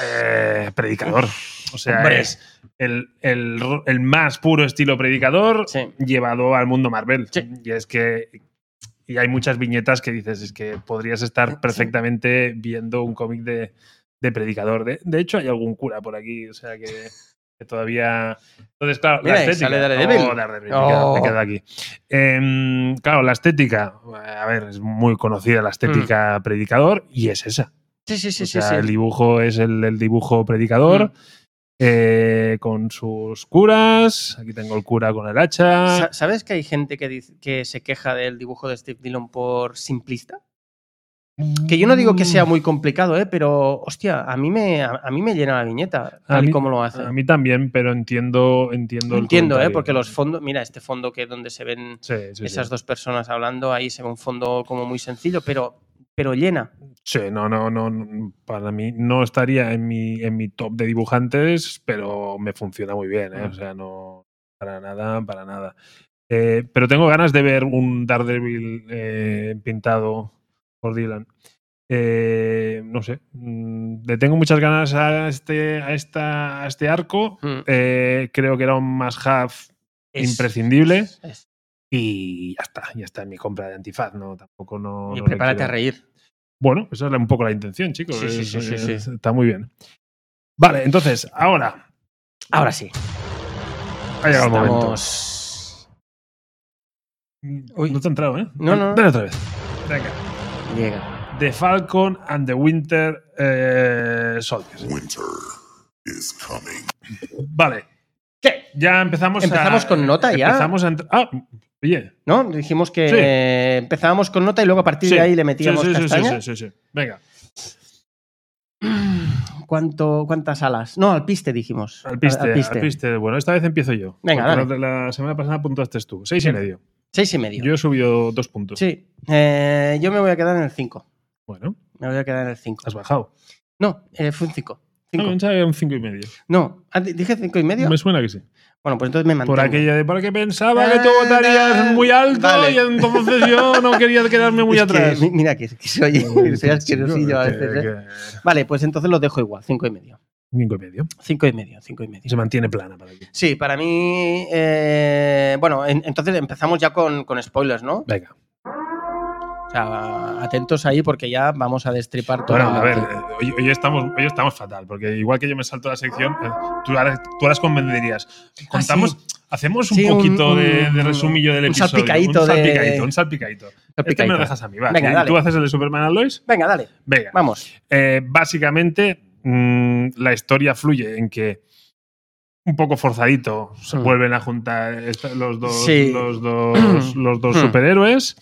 Speaker 1: Eh, predicador. O sea,
Speaker 2: Hombre.
Speaker 1: es el, el ro- el más puro estilo predicador
Speaker 2: Sí.
Speaker 1: llevado al mundo Marvel.
Speaker 2: Sí.
Speaker 1: Y es que. Y hay muchas viñetas que dices, es que podrías estar perfectamente viendo un cómic de, de predicador. De, de hecho, hay algún cura por aquí, o sea que, que todavía. Entonces, claro,
Speaker 2: Mira,
Speaker 1: la
Speaker 2: ahí
Speaker 1: estética.
Speaker 2: sale Daredevil.
Speaker 1: Oh, Daredevil, me queda- me
Speaker 2: Oh.
Speaker 1: queda aquí. Em, claro, la estética. A ver, es muy conocida la estética predicador y es esa.
Speaker 2: Sí, Mm. sí, sí,
Speaker 1: O
Speaker 2: sí,
Speaker 1: sea,
Speaker 2: sí.
Speaker 1: el dibujo es el, el dibujo predicador.
Speaker 2: Mm.
Speaker 1: eh, con sus curas. Aquí tengo el cura con el hacha.
Speaker 2: Sa- ¿Sabes que hay gente que, dice- que se queja del dibujo de Steve Dillon por simplista? Que yo no digo que sea
Speaker 1: Mm.
Speaker 2: muy complicado, ¿eh? pero hostia, a mí me, a, a mí me llena la viñeta,
Speaker 1: A
Speaker 2: tal y
Speaker 1: mí-
Speaker 2: como lo hace.
Speaker 1: A mí también, pero entiendo. Entiendo, el
Speaker 2: Entiendo, ¿eh?
Speaker 1: comentario.
Speaker 2: porque los fondos, mira, este fondo que donde se ven
Speaker 1: Sí, sí, sí.
Speaker 2: esas dos personas hablando, ahí se ve un fondo como muy sencillo, pero, pero llena.
Speaker 1: Sí, no, no, no, no, Para mí no estaría en mi, en mi top de dibujantes, pero me funciona muy bien. ¿eh? O sea, no. Para nada, para nada. Eh, pero tengo ganas de ver un Daredevil eh, pintado por Dylan. Eh, no sé. mm, Le tengo muchas ganas a este, a esta, a este arco.
Speaker 2: Mm.
Speaker 1: Eh, creo que era un más have
Speaker 2: Es-
Speaker 1: imprescindible.
Speaker 2: es- es-
Speaker 1: y ya está. Ya está en mi compra de antifaz. No, tampoco no.
Speaker 2: y
Speaker 1: no le
Speaker 2: prepárate a
Speaker 1: quiero-
Speaker 2: reír.
Speaker 1: bueno, esa es la- un poco la intención, chicos.
Speaker 2: Sí, sí,
Speaker 1: Es-
Speaker 2: sí, sí, sí.
Speaker 1: es- Está muy bien. Vale, entonces, ahora
Speaker 2: Ahora sí.
Speaker 1: ha llegado el momento.
Speaker 2: Estamos-
Speaker 1: Mm,
Speaker 2: Uy.
Speaker 1: No te ha entrado, ¿eh?
Speaker 2: No, no, no.
Speaker 1: Dale otra vez. Venga.
Speaker 2: Llega.
Speaker 1: The Falcon and the Winter eh, Soldier.
Speaker 3: Winter is coming.
Speaker 1: Vale. ¿Qué? Ya empezamos a-
Speaker 2: Empezamos con nota ya.
Speaker 1: Empezamos a entr- Ah, oye.
Speaker 2: ¿No? Dijimos que
Speaker 1: Sí.
Speaker 2: eh, empezábamos con nota y luego a partir
Speaker 1: Sí.
Speaker 2: de ahí le
Speaker 1: Sí,
Speaker 2: metíamos
Speaker 1: sí, sí, sí,
Speaker 2: castaña.
Speaker 1: sí, sí, sí. Venga,
Speaker 2: ¿Cuánto, ¿Cuántas alas? No, al piste dijimos.
Speaker 1: al piste, al piste. Bueno, esta vez empiezo yo.
Speaker 2: Venga,
Speaker 1: Porque
Speaker 2: dale.
Speaker 1: La, la semana pasada apuntaste tú. Seis y
Speaker 2: Sí.
Speaker 1: medio.
Speaker 2: Seis y medio.
Speaker 1: Yo he subido dos puntos.
Speaker 2: Sí. Eh, yo me voy a quedar en el 5.
Speaker 1: Bueno,
Speaker 2: Me voy a quedar en el 5.
Speaker 1: has bajado.
Speaker 2: No, eh, fue un 5.
Speaker 1: No, pensaba que era un cinco y medio.
Speaker 2: No, ah, di- dije 5 y medio.
Speaker 1: Me suena que sí.
Speaker 2: Bueno, pues entonces me mantengo.
Speaker 1: Por aquella de porque pensaba que tú
Speaker 2: Ah,
Speaker 1: votarías
Speaker 2: no,
Speaker 1: muy alto
Speaker 2: vale.
Speaker 1: y entonces yo no quería quedarme muy
Speaker 2: Es que,
Speaker 1: atrás.
Speaker 2: mi- mira, que, que soy, soy asquerosillo a
Speaker 1: Que-
Speaker 2: veces. ¿eh?
Speaker 1: que-
Speaker 2: Vale, pues entonces lo dejo igual, 5 y medio.
Speaker 1: Cinco y medio.
Speaker 2: 5 y medio, 5 y medio.
Speaker 1: Se mantiene plana para aquí.
Speaker 2: Sí, para mí. eh, bueno, en- entonces empezamos ya con, con spoilers, ¿no?
Speaker 1: Venga.
Speaker 2: O sea, atentos ahí porque ya vamos a destripar todo.
Speaker 1: Bueno, a ver, eh, hoy, hoy estamos, hoy estamos fatal, porque igual que yo me salto la sección, eh, tú ahora, tú ahora convencerías. Contamos, hacemos un
Speaker 2: Ah, Sí, un-
Speaker 1: poquito de,
Speaker 2: un-
Speaker 1: de resumillo del
Speaker 2: un
Speaker 1: episodio.
Speaker 2: salpicadito
Speaker 1: Un
Speaker 2: de-
Speaker 1: salpicadito, un salpicadito. Este me lo
Speaker 2: Picadito.
Speaker 1: dejas a mí, va.
Speaker 2: Venga,
Speaker 1: ¿Y
Speaker 2: dale.
Speaker 1: ¿Tú haces el de Superman and Lois?
Speaker 2: Venga, dale,
Speaker 1: Venga.
Speaker 2: vamos.
Speaker 1: Eh, básicamente, mm, la historia fluye en que un poco forzadito se
Speaker 2: Hmm.
Speaker 1: vuelven a juntar esta- los dos,
Speaker 2: Sí.
Speaker 1: los dos, los dos
Speaker 2: Hmm.
Speaker 1: superhéroes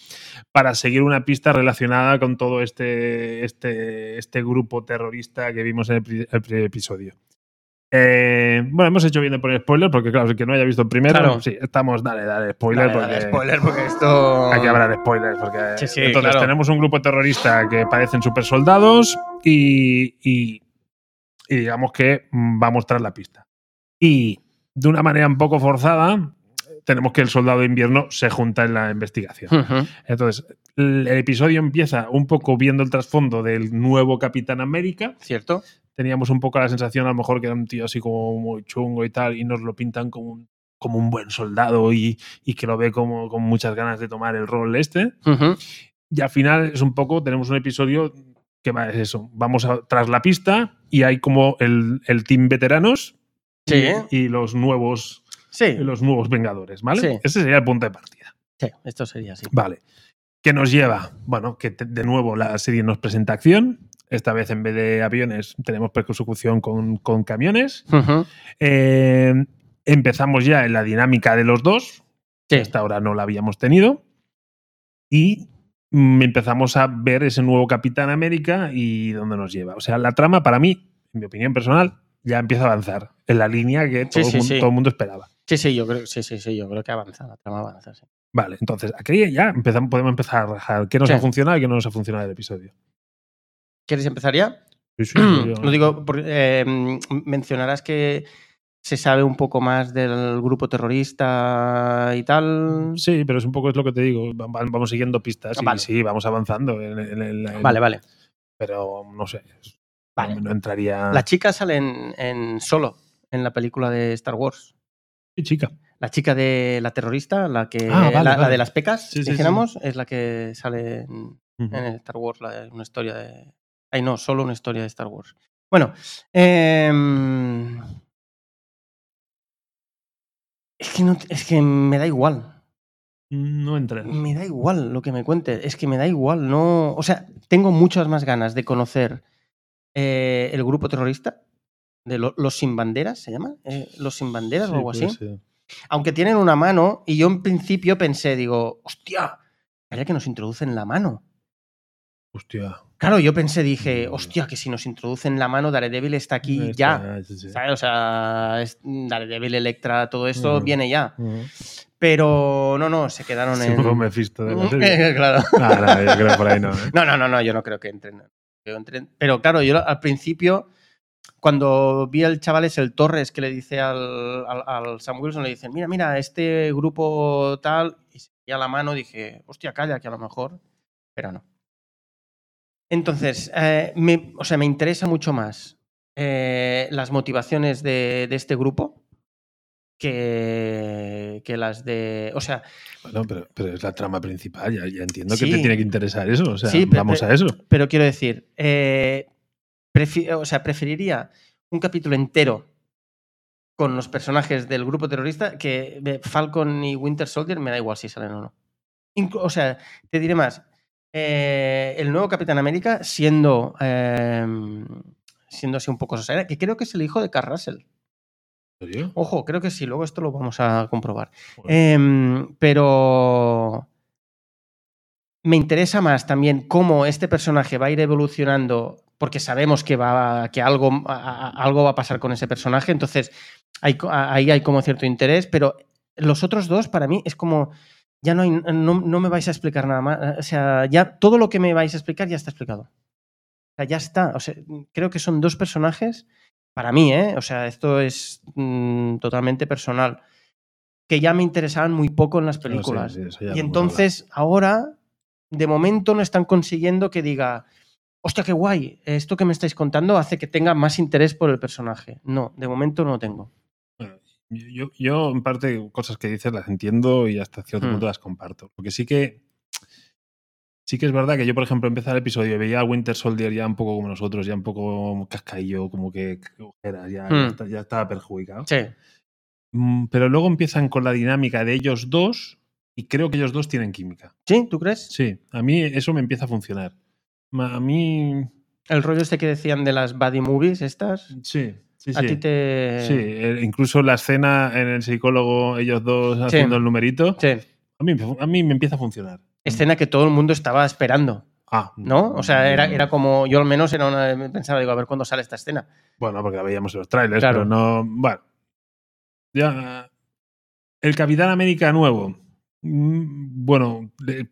Speaker 1: para seguir una pista relacionada con todo este, este, este grupo terrorista que vimos en el, pri- el primer episodio. Eh, bueno, hemos hecho bien de poner spoiler porque, claro, el que no haya visto el primero,
Speaker 2: Claro.
Speaker 1: sí, estamos, dale, dale, spoiler.
Speaker 2: Dale, dale,
Speaker 1: porque-
Speaker 2: spoiler porque esto.
Speaker 1: Aquí habrá spoilers, porque eh,
Speaker 2: Sí, sí,
Speaker 1: Ah. entonces
Speaker 2: claro.
Speaker 1: tenemos un grupo terrorista que parecen supersoldados y, y, y digamos que mm, va a mostrar la pista. Y de una manera un poco forzada, tenemos que el soldado de invierno se junta en la investigación.
Speaker 2: Ujú.
Speaker 1: Entonces, el el episodio empieza un poco viendo el trasfondo del nuevo Capitán América.
Speaker 2: ¿Cierto?
Speaker 1: Teníamos un poco la sensación, a lo mejor, que era un tío así como muy chungo y tal, y nos lo pintan como un, como un buen soldado y, y que lo ve como con muchas ganas de tomar el rol este.
Speaker 2: Ujú.
Speaker 1: Y al final es un poco, tenemos un episodio que va, es eso, vamos a- tras la pista y hay como el, el team veteranos
Speaker 2: Sí, ¿eh?
Speaker 1: y los nuevos,
Speaker 2: sí.
Speaker 1: los nuevos vengadores, ¿vale?
Speaker 2: Sí.
Speaker 1: Ese sería el punto de partida.
Speaker 2: Sí, esto sería así.
Speaker 1: Vale. ¿Qué nos lleva? Bueno, que te- de nuevo la serie nos presenta acción. Esta vez en vez de aviones tenemos persecución con, con camiones.
Speaker 2: Ujú.
Speaker 1: Eh, empezamos ya en la dinámica de los dos,
Speaker 2: Sí.
Speaker 1: hasta ahora no la habíamos tenido. Y mm, empezamos a ver ese nuevo Capitán América y dónde nos lleva. O sea, la trama para mí, en mi opinión personal, ya empieza a avanzar en la línea que todo, el,
Speaker 2: sí,
Speaker 1: mundo,
Speaker 2: sí.
Speaker 1: todo el mundo esperaba.
Speaker 2: Sí, sí, yo creo, sí, sí, sí, yo creo que avanza, la trama avanza. sí.
Speaker 1: Vale, entonces aquí ya empezamos, podemos empezar a rajar qué nos
Speaker 2: Sí.
Speaker 1: ha funcionado y qué no nos ha funcionado el episodio.
Speaker 2: ¿Quieres empezar ya?
Speaker 1: Sí, sí, yo-
Speaker 2: Lo digo, porque, eh, mencionarás que se sabe un poco más del grupo terrorista y tal.
Speaker 1: Sí, pero es un poco es lo que te digo. va- va- Vamos siguiendo pistas y
Speaker 2: Vale.
Speaker 1: sí, vamos avanzando. en- en- en- en-
Speaker 2: Vale, vale.
Speaker 1: Pero no sé. es-
Speaker 2: Vale.
Speaker 1: No entraría.
Speaker 2: La chica sale en, en solo en la película de Star Wars.
Speaker 1: chica.
Speaker 2: La chica de la terrorista, la que
Speaker 1: Ah, vale,
Speaker 2: la, la
Speaker 1: vale.
Speaker 2: de las pecas,
Speaker 1: Sí, sí, sí,
Speaker 2: dijéramos, es la que sale en, en el Star Wars, la de- una historia de. Ay, no, solo una historia de Star Wars. Bueno, em, es, que no- es que me da igual.
Speaker 1: No entra.
Speaker 2: Me da igual lo que me cuente. Es que me da igual. No, o sea, tengo muchas más ganas de conocer eh, el grupo terrorista de lo- los sin banderas, ¿se llama? Eh, los sin banderas o algo así. Aunque tienen una mano y yo en principio pensé, digo, hostia, vaya que nos introducen la mano.
Speaker 1: Hostia.
Speaker 2: Claro, yo pensé, dije, hostia, que si nos introducen la mano, Daredevil está aquí
Speaker 1: Ahí
Speaker 2: ya.
Speaker 1: está, sí, sí.
Speaker 2: ¿Sabes? O sea, es- Daredevil, Electra, todo esto
Speaker 1: Mm.
Speaker 2: viene ya.
Speaker 1: Ujú.
Speaker 2: Pero no, no, Mm. se quedaron
Speaker 1: Sí,
Speaker 2: en.
Speaker 1: fue Mephisto de la serie. Ah,
Speaker 2: claro.
Speaker 1: No, no, yo creo que por ahí no. ¿eh?
Speaker 2: No, no, no, no, yo no creo que entren. no creo que entren. Pero claro, yo al principio, cuando vi al chaval es el Torres que le dice al, al, al Sam Wilson, le dicen, mira, mira, este grupo tal, y se veía la mano, dije, hostia, calla, que a lo mejor, pero no. Entonces, eh, me, o sea, me interesa mucho más eh, las motivaciones de, de este grupo que, que las de... O sea,
Speaker 1: Bueno, pero, pero es la trama principal. Ya, ya entiendo que
Speaker 2: Sí.
Speaker 1: te tiene que interesar eso. O sea,
Speaker 2: Sí, pero-
Speaker 1: vamos
Speaker 2: pero-
Speaker 1: a eso.
Speaker 2: Pero quiero decir, eh, prefi- o sea, preferiría un capítulo entero con los personajes del grupo terrorista que de Falcon y Winter Soldier me da igual si salen o no. Inclu- o sea, te diré más. eh, el nuevo Capitán América siendo, eh, siendo así un poco sosera, que creo que es el hijo de Carl Russell.
Speaker 1: ¿En serio?
Speaker 2: Ojo, creo que sí, luego esto lo vamos a comprobar.
Speaker 1: Joder.
Speaker 2: Em, pero me interesa más también cómo este personaje va a ir evolucionando, porque sabemos que, va, que algo, a- a- algo va a pasar con ese personaje, entonces hay co- a- ahí hay como cierto interés, pero los otros dos para mí es como, ya no, hay- no, no me vais a explicar nada más, o sea, ya todo lo que me vais a explicar ya está explicado. O sea, ya está, o sea, creo que son dos personajes, para mí, ¿eh? o sea, esto es mm, totalmente personal, que ya me interesaban muy poco en las
Speaker 1: No sé,
Speaker 2: películas.
Speaker 1: sí, eso ya
Speaker 2: Y
Speaker 1: lo hemos
Speaker 2: entonces ahora, de momento, no están consiguiendo que diga, hostia, qué guay, esto que me estáis contando hace que tenga más interés por el personaje. No, de momento no tengo.
Speaker 1: Yo, yo- yo, en parte, cosas que dices las entiendo y hasta cierto
Speaker 2: Hmm.
Speaker 1: punto las comparto. Porque sí que. Sí que es verdad que yo, por ejemplo, empezaba el episodio y veía a Winter Soldier ya un poco como nosotros, ya un poco cascaillo, como que que ojeras, ya, ya
Speaker 2: Hmm.
Speaker 1: está- ya estaba perjudicado.
Speaker 2: Sí,
Speaker 1: Mm, Pero luego empiezan con la dinámica de ellos dos y creo que ellos dos tienen química.
Speaker 2: ¿sí? ¿Tú crees?
Speaker 1: Sí, a mí eso me empieza a funcionar. Ma- A mí.
Speaker 2: El rollo este que decían de las buddy movies estas,
Speaker 1: Sí, sí,
Speaker 2: a
Speaker 1: sí.
Speaker 2: ti te...
Speaker 1: Sí, eh, incluso la escena en el psicólogo, ellos dos haciendo el numerito,
Speaker 2: Sí.
Speaker 1: a mí, a mí me empieza a funcionar.
Speaker 2: Escena que todo el mundo estaba esperando,
Speaker 1: Ah,
Speaker 2: ¿no? O sea, era,
Speaker 1: mm,
Speaker 2: era como, yo al menos era una, pensaba, digo, a ver cuándo sale esta escena.
Speaker 1: Bueno, porque la veíamos en los trailers,
Speaker 2: Claro.
Speaker 1: pero no. Bueno. Ya. El Capitán América nuevo. Mm, Bueno, le-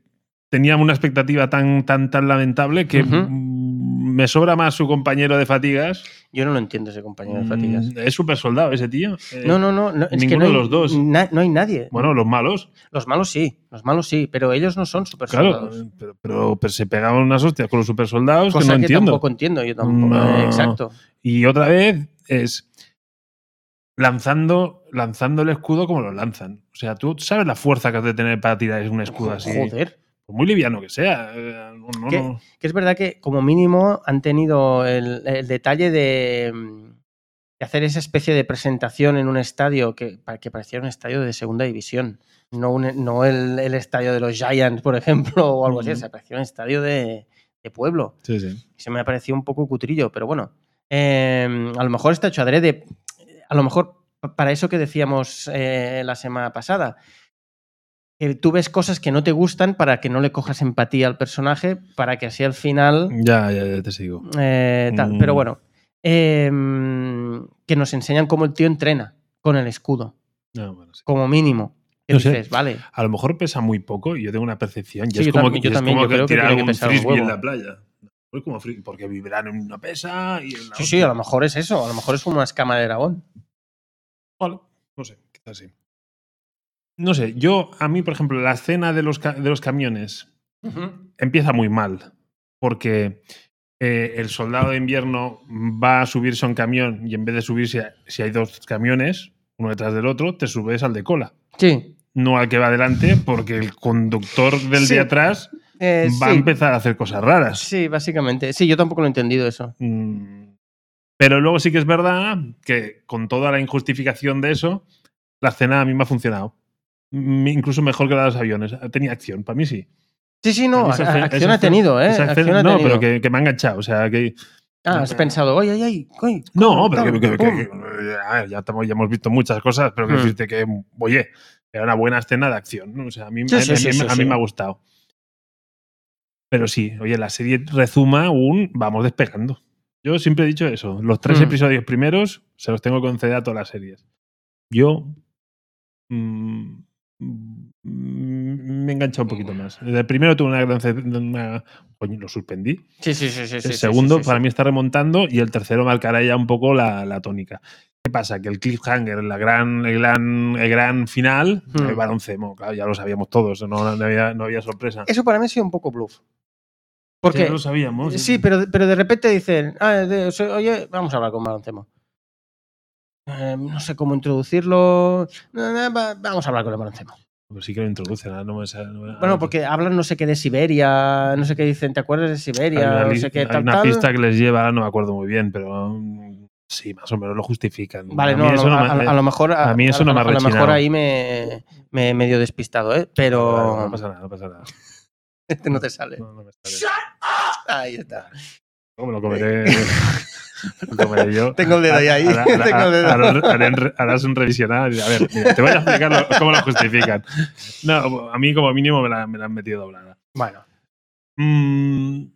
Speaker 1: teníamos una expectativa tan, tan, tan lamentable que
Speaker 2: Ujú.
Speaker 1: mm, me sobra más su compañero de fatigas.
Speaker 2: Yo no lo entiendo ese compañero de fatigas.
Speaker 1: Mm, Es súper soldado ese tío. Eh,
Speaker 2: No, no, no, no, es que
Speaker 1: ninguno
Speaker 2: no
Speaker 1: de
Speaker 2: hay-
Speaker 1: los dos.
Speaker 2: na- no hay nadie.
Speaker 1: Bueno, los malos,
Speaker 2: Los malos sí, los malos sí, pero ellos no son super
Speaker 1: claro, pero, pero- pero se pegaban unas hostias con los super soldados que
Speaker 2: Cosa
Speaker 1: no
Speaker 2: que
Speaker 1: entiendo.
Speaker 2: tampoco entiendo, yo tampoco.
Speaker 1: No.
Speaker 2: eh, Exacto.
Speaker 1: Y otra vez es lanzando, lanzando el escudo como lo lanzan. O sea, tú sabes la fuerza que has de tener para tirar un escudo así.
Speaker 2: Joder.
Speaker 1: Por muy liviano que sea. eh, no- no-
Speaker 2: ¿Qué?
Speaker 1: no.
Speaker 2: Que es verdad que como mínimo han tenido el, el detalle de, mm, de hacer esa especie de presentación en un estadio que, pa- que parecía un estadio de segunda división. No, un- no el, el estadio de los Giants, por ejemplo, o algo así.
Speaker 1: Ujú.
Speaker 2: O sea, parecía un estadio de, de pueblo. se me ha parecido un poco cutrillo, pero bueno. eh, a lo mejor está hecho adrede. A lo mejor pa- para eso que decíamos eh, la semana pasada. que tú ves cosas que no te gustan para que no le cojas empatía al personaje, para que así al final
Speaker 1: Ya, ya, ya te sigo.
Speaker 2: eh, tal.
Speaker 1: Mm.
Speaker 2: Pero bueno. eh, que nos enseñan cómo el tío entrena con el escudo,
Speaker 1: Ah, bueno, sí.
Speaker 2: como mínimo. Que
Speaker 1: No sé.
Speaker 2: dices, vale.
Speaker 1: A lo mejor pesa muy poco y yo tengo una percepción. y
Speaker 2: Sí,
Speaker 1: es
Speaker 2: yo
Speaker 1: como,
Speaker 2: tam-
Speaker 1: que-
Speaker 2: yo
Speaker 1: es
Speaker 2: también,
Speaker 1: como
Speaker 2: yo creo que
Speaker 1: tirar
Speaker 2: tiene que
Speaker 1: un
Speaker 2: pesar un
Speaker 1: frisbee en
Speaker 2: huevo.
Speaker 1: la playa. Es como frisbee, porque vivirán en una pesa y en la
Speaker 2: Sí, sí,
Speaker 1: otra.
Speaker 2: a lo mejor es eso. A lo mejor es una escama de dragón.
Speaker 1: Vale, no sé, quizás sí. No sé, yo, a mí, por ejemplo, la escena de los, ca- de los camiones empieza muy mal, porque eh, el soldado de invierno va a subirse a un camión y en vez de subirse, a- si hay dos camiones, uno detrás del otro, te subes al de cola,
Speaker 2: Sí.
Speaker 1: no al que va adelante, porque el conductor del
Speaker 2: Sí.
Speaker 1: de atrás
Speaker 2: eh,
Speaker 1: va a
Speaker 2: sí.
Speaker 1: empezar a hacer cosas raras.
Speaker 2: Sí, básicamente. Sí, yo tampoco lo he entendido eso.
Speaker 1: Mm, Pero luego sí que es verdad que con toda la injustificación de eso, la escena a mí me ha funcionado. Mm, Incluso mejor que la de los aviones. Tenía acción, para mí sí.
Speaker 2: Sí, sí, no.
Speaker 1: Ah, Esa
Speaker 2: a-
Speaker 1: escena-
Speaker 2: acción
Speaker 1: esa
Speaker 2: ha tenido, ¿eh?
Speaker 1: esa
Speaker 2: Acción
Speaker 1: escena-
Speaker 2: ha
Speaker 1: no,
Speaker 2: tenido.
Speaker 1: pero que, que me ha enganchado. O sea, que.
Speaker 2: Ah, has pensado, oye, ay, ay, ay.
Speaker 1: No,
Speaker 2: ¿cómo
Speaker 1: pero que,
Speaker 2: tal?
Speaker 1: que- que-
Speaker 2: Pum.
Speaker 1: que- a ver, ya, estamos- ya hemos visto muchas cosas, pero que
Speaker 2: Hmm.
Speaker 1: decirte que, oye, era una buena escena de acción. ¿no? O sea, a mí,
Speaker 2: Sí,
Speaker 1: a-
Speaker 2: sí,
Speaker 1: a
Speaker 2: sí,
Speaker 1: mí-
Speaker 2: sí,
Speaker 1: a mí
Speaker 2: sí.
Speaker 1: me ha gustado. Pero sí, oye, la serie rezuma un vamos despegando. Yo siempre he dicho eso. Los tres
Speaker 2: Mm.
Speaker 1: episodios primeros se los tengo concedida a todas las series. Yo mm, mm, me he enganchado un poquito más. El primero tuve una gran... ce- una- coño, lo suspendí.
Speaker 2: Sí, sí, sí. sí
Speaker 1: El segundo para mí está remontando y el tercero marcará ya un poco la, la tónica. ¿Qué pasa? Que el cliffhanger, la gran, el, gran, el gran final,
Speaker 2: Hmm.
Speaker 1: el baloncemo, claro, ya lo sabíamos todos, no, no había, no había sorpresa.
Speaker 2: Eso para mí ha sido un poco bluff. Porque eh,
Speaker 1: Ya lo sabíamos.
Speaker 2: Sí, pero, pero de repente dicen, "Ah, de- so- oye, vamos a hablar con Baloncemo. Eh, no sé cómo introducirlo. Na, na, va- vamos a hablar con el Baloncemo.
Speaker 1: Pues sí que lo introducen. ah, No me sale- no me-
Speaker 2: Bueno, porque hablan no sé qué de Siberia, no sé qué dicen, ¿te acuerdas de
Speaker 1: Hay
Speaker 2: Siberia?
Speaker 1: una,
Speaker 2: no
Speaker 1: li-
Speaker 2: sé qué,
Speaker 1: hay
Speaker 2: tal,
Speaker 1: una
Speaker 2: tal.
Speaker 1: pista que les lleva, ahora no me acuerdo muy bien, pero mm, sí, más o menos lo justifican.
Speaker 2: Vale,
Speaker 1: A
Speaker 2: no,
Speaker 1: mí
Speaker 2: a
Speaker 1: eso
Speaker 2: lo,
Speaker 1: me- eh,
Speaker 2: a- a lo mejor.
Speaker 1: a mí eso no me ha
Speaker 2: A lo mejor
Speaker 1: rechinado.
Speaker 2: ahí me, me medio despistado, ¿eh?
Speaker 1: Vale,
Speaker 2: Pero
Speaker 1: No pasa nada, no pasa nada.
Speaker 2: este no te sale.
Speaker 1: No, no me sale.
Speaker 2: Ahí está.
Speaker 1: No, me lo comeré. me lo comeré yo.
Speaker 2: Eh. Tengo el dedo ahí, ahí.
Speaker 1: Ahora- ahora-
Speaker 2: Tengo el dedo.
Speaker 1: ahora- ahora en re- Harás un revisionado. y, A ver, mira, te voy a explicar lo- cómo lo justifican. No, a mí como mínimo me la, me la han metido doblada.
Speaker 2: Bueno,
Speaker 1: Mm,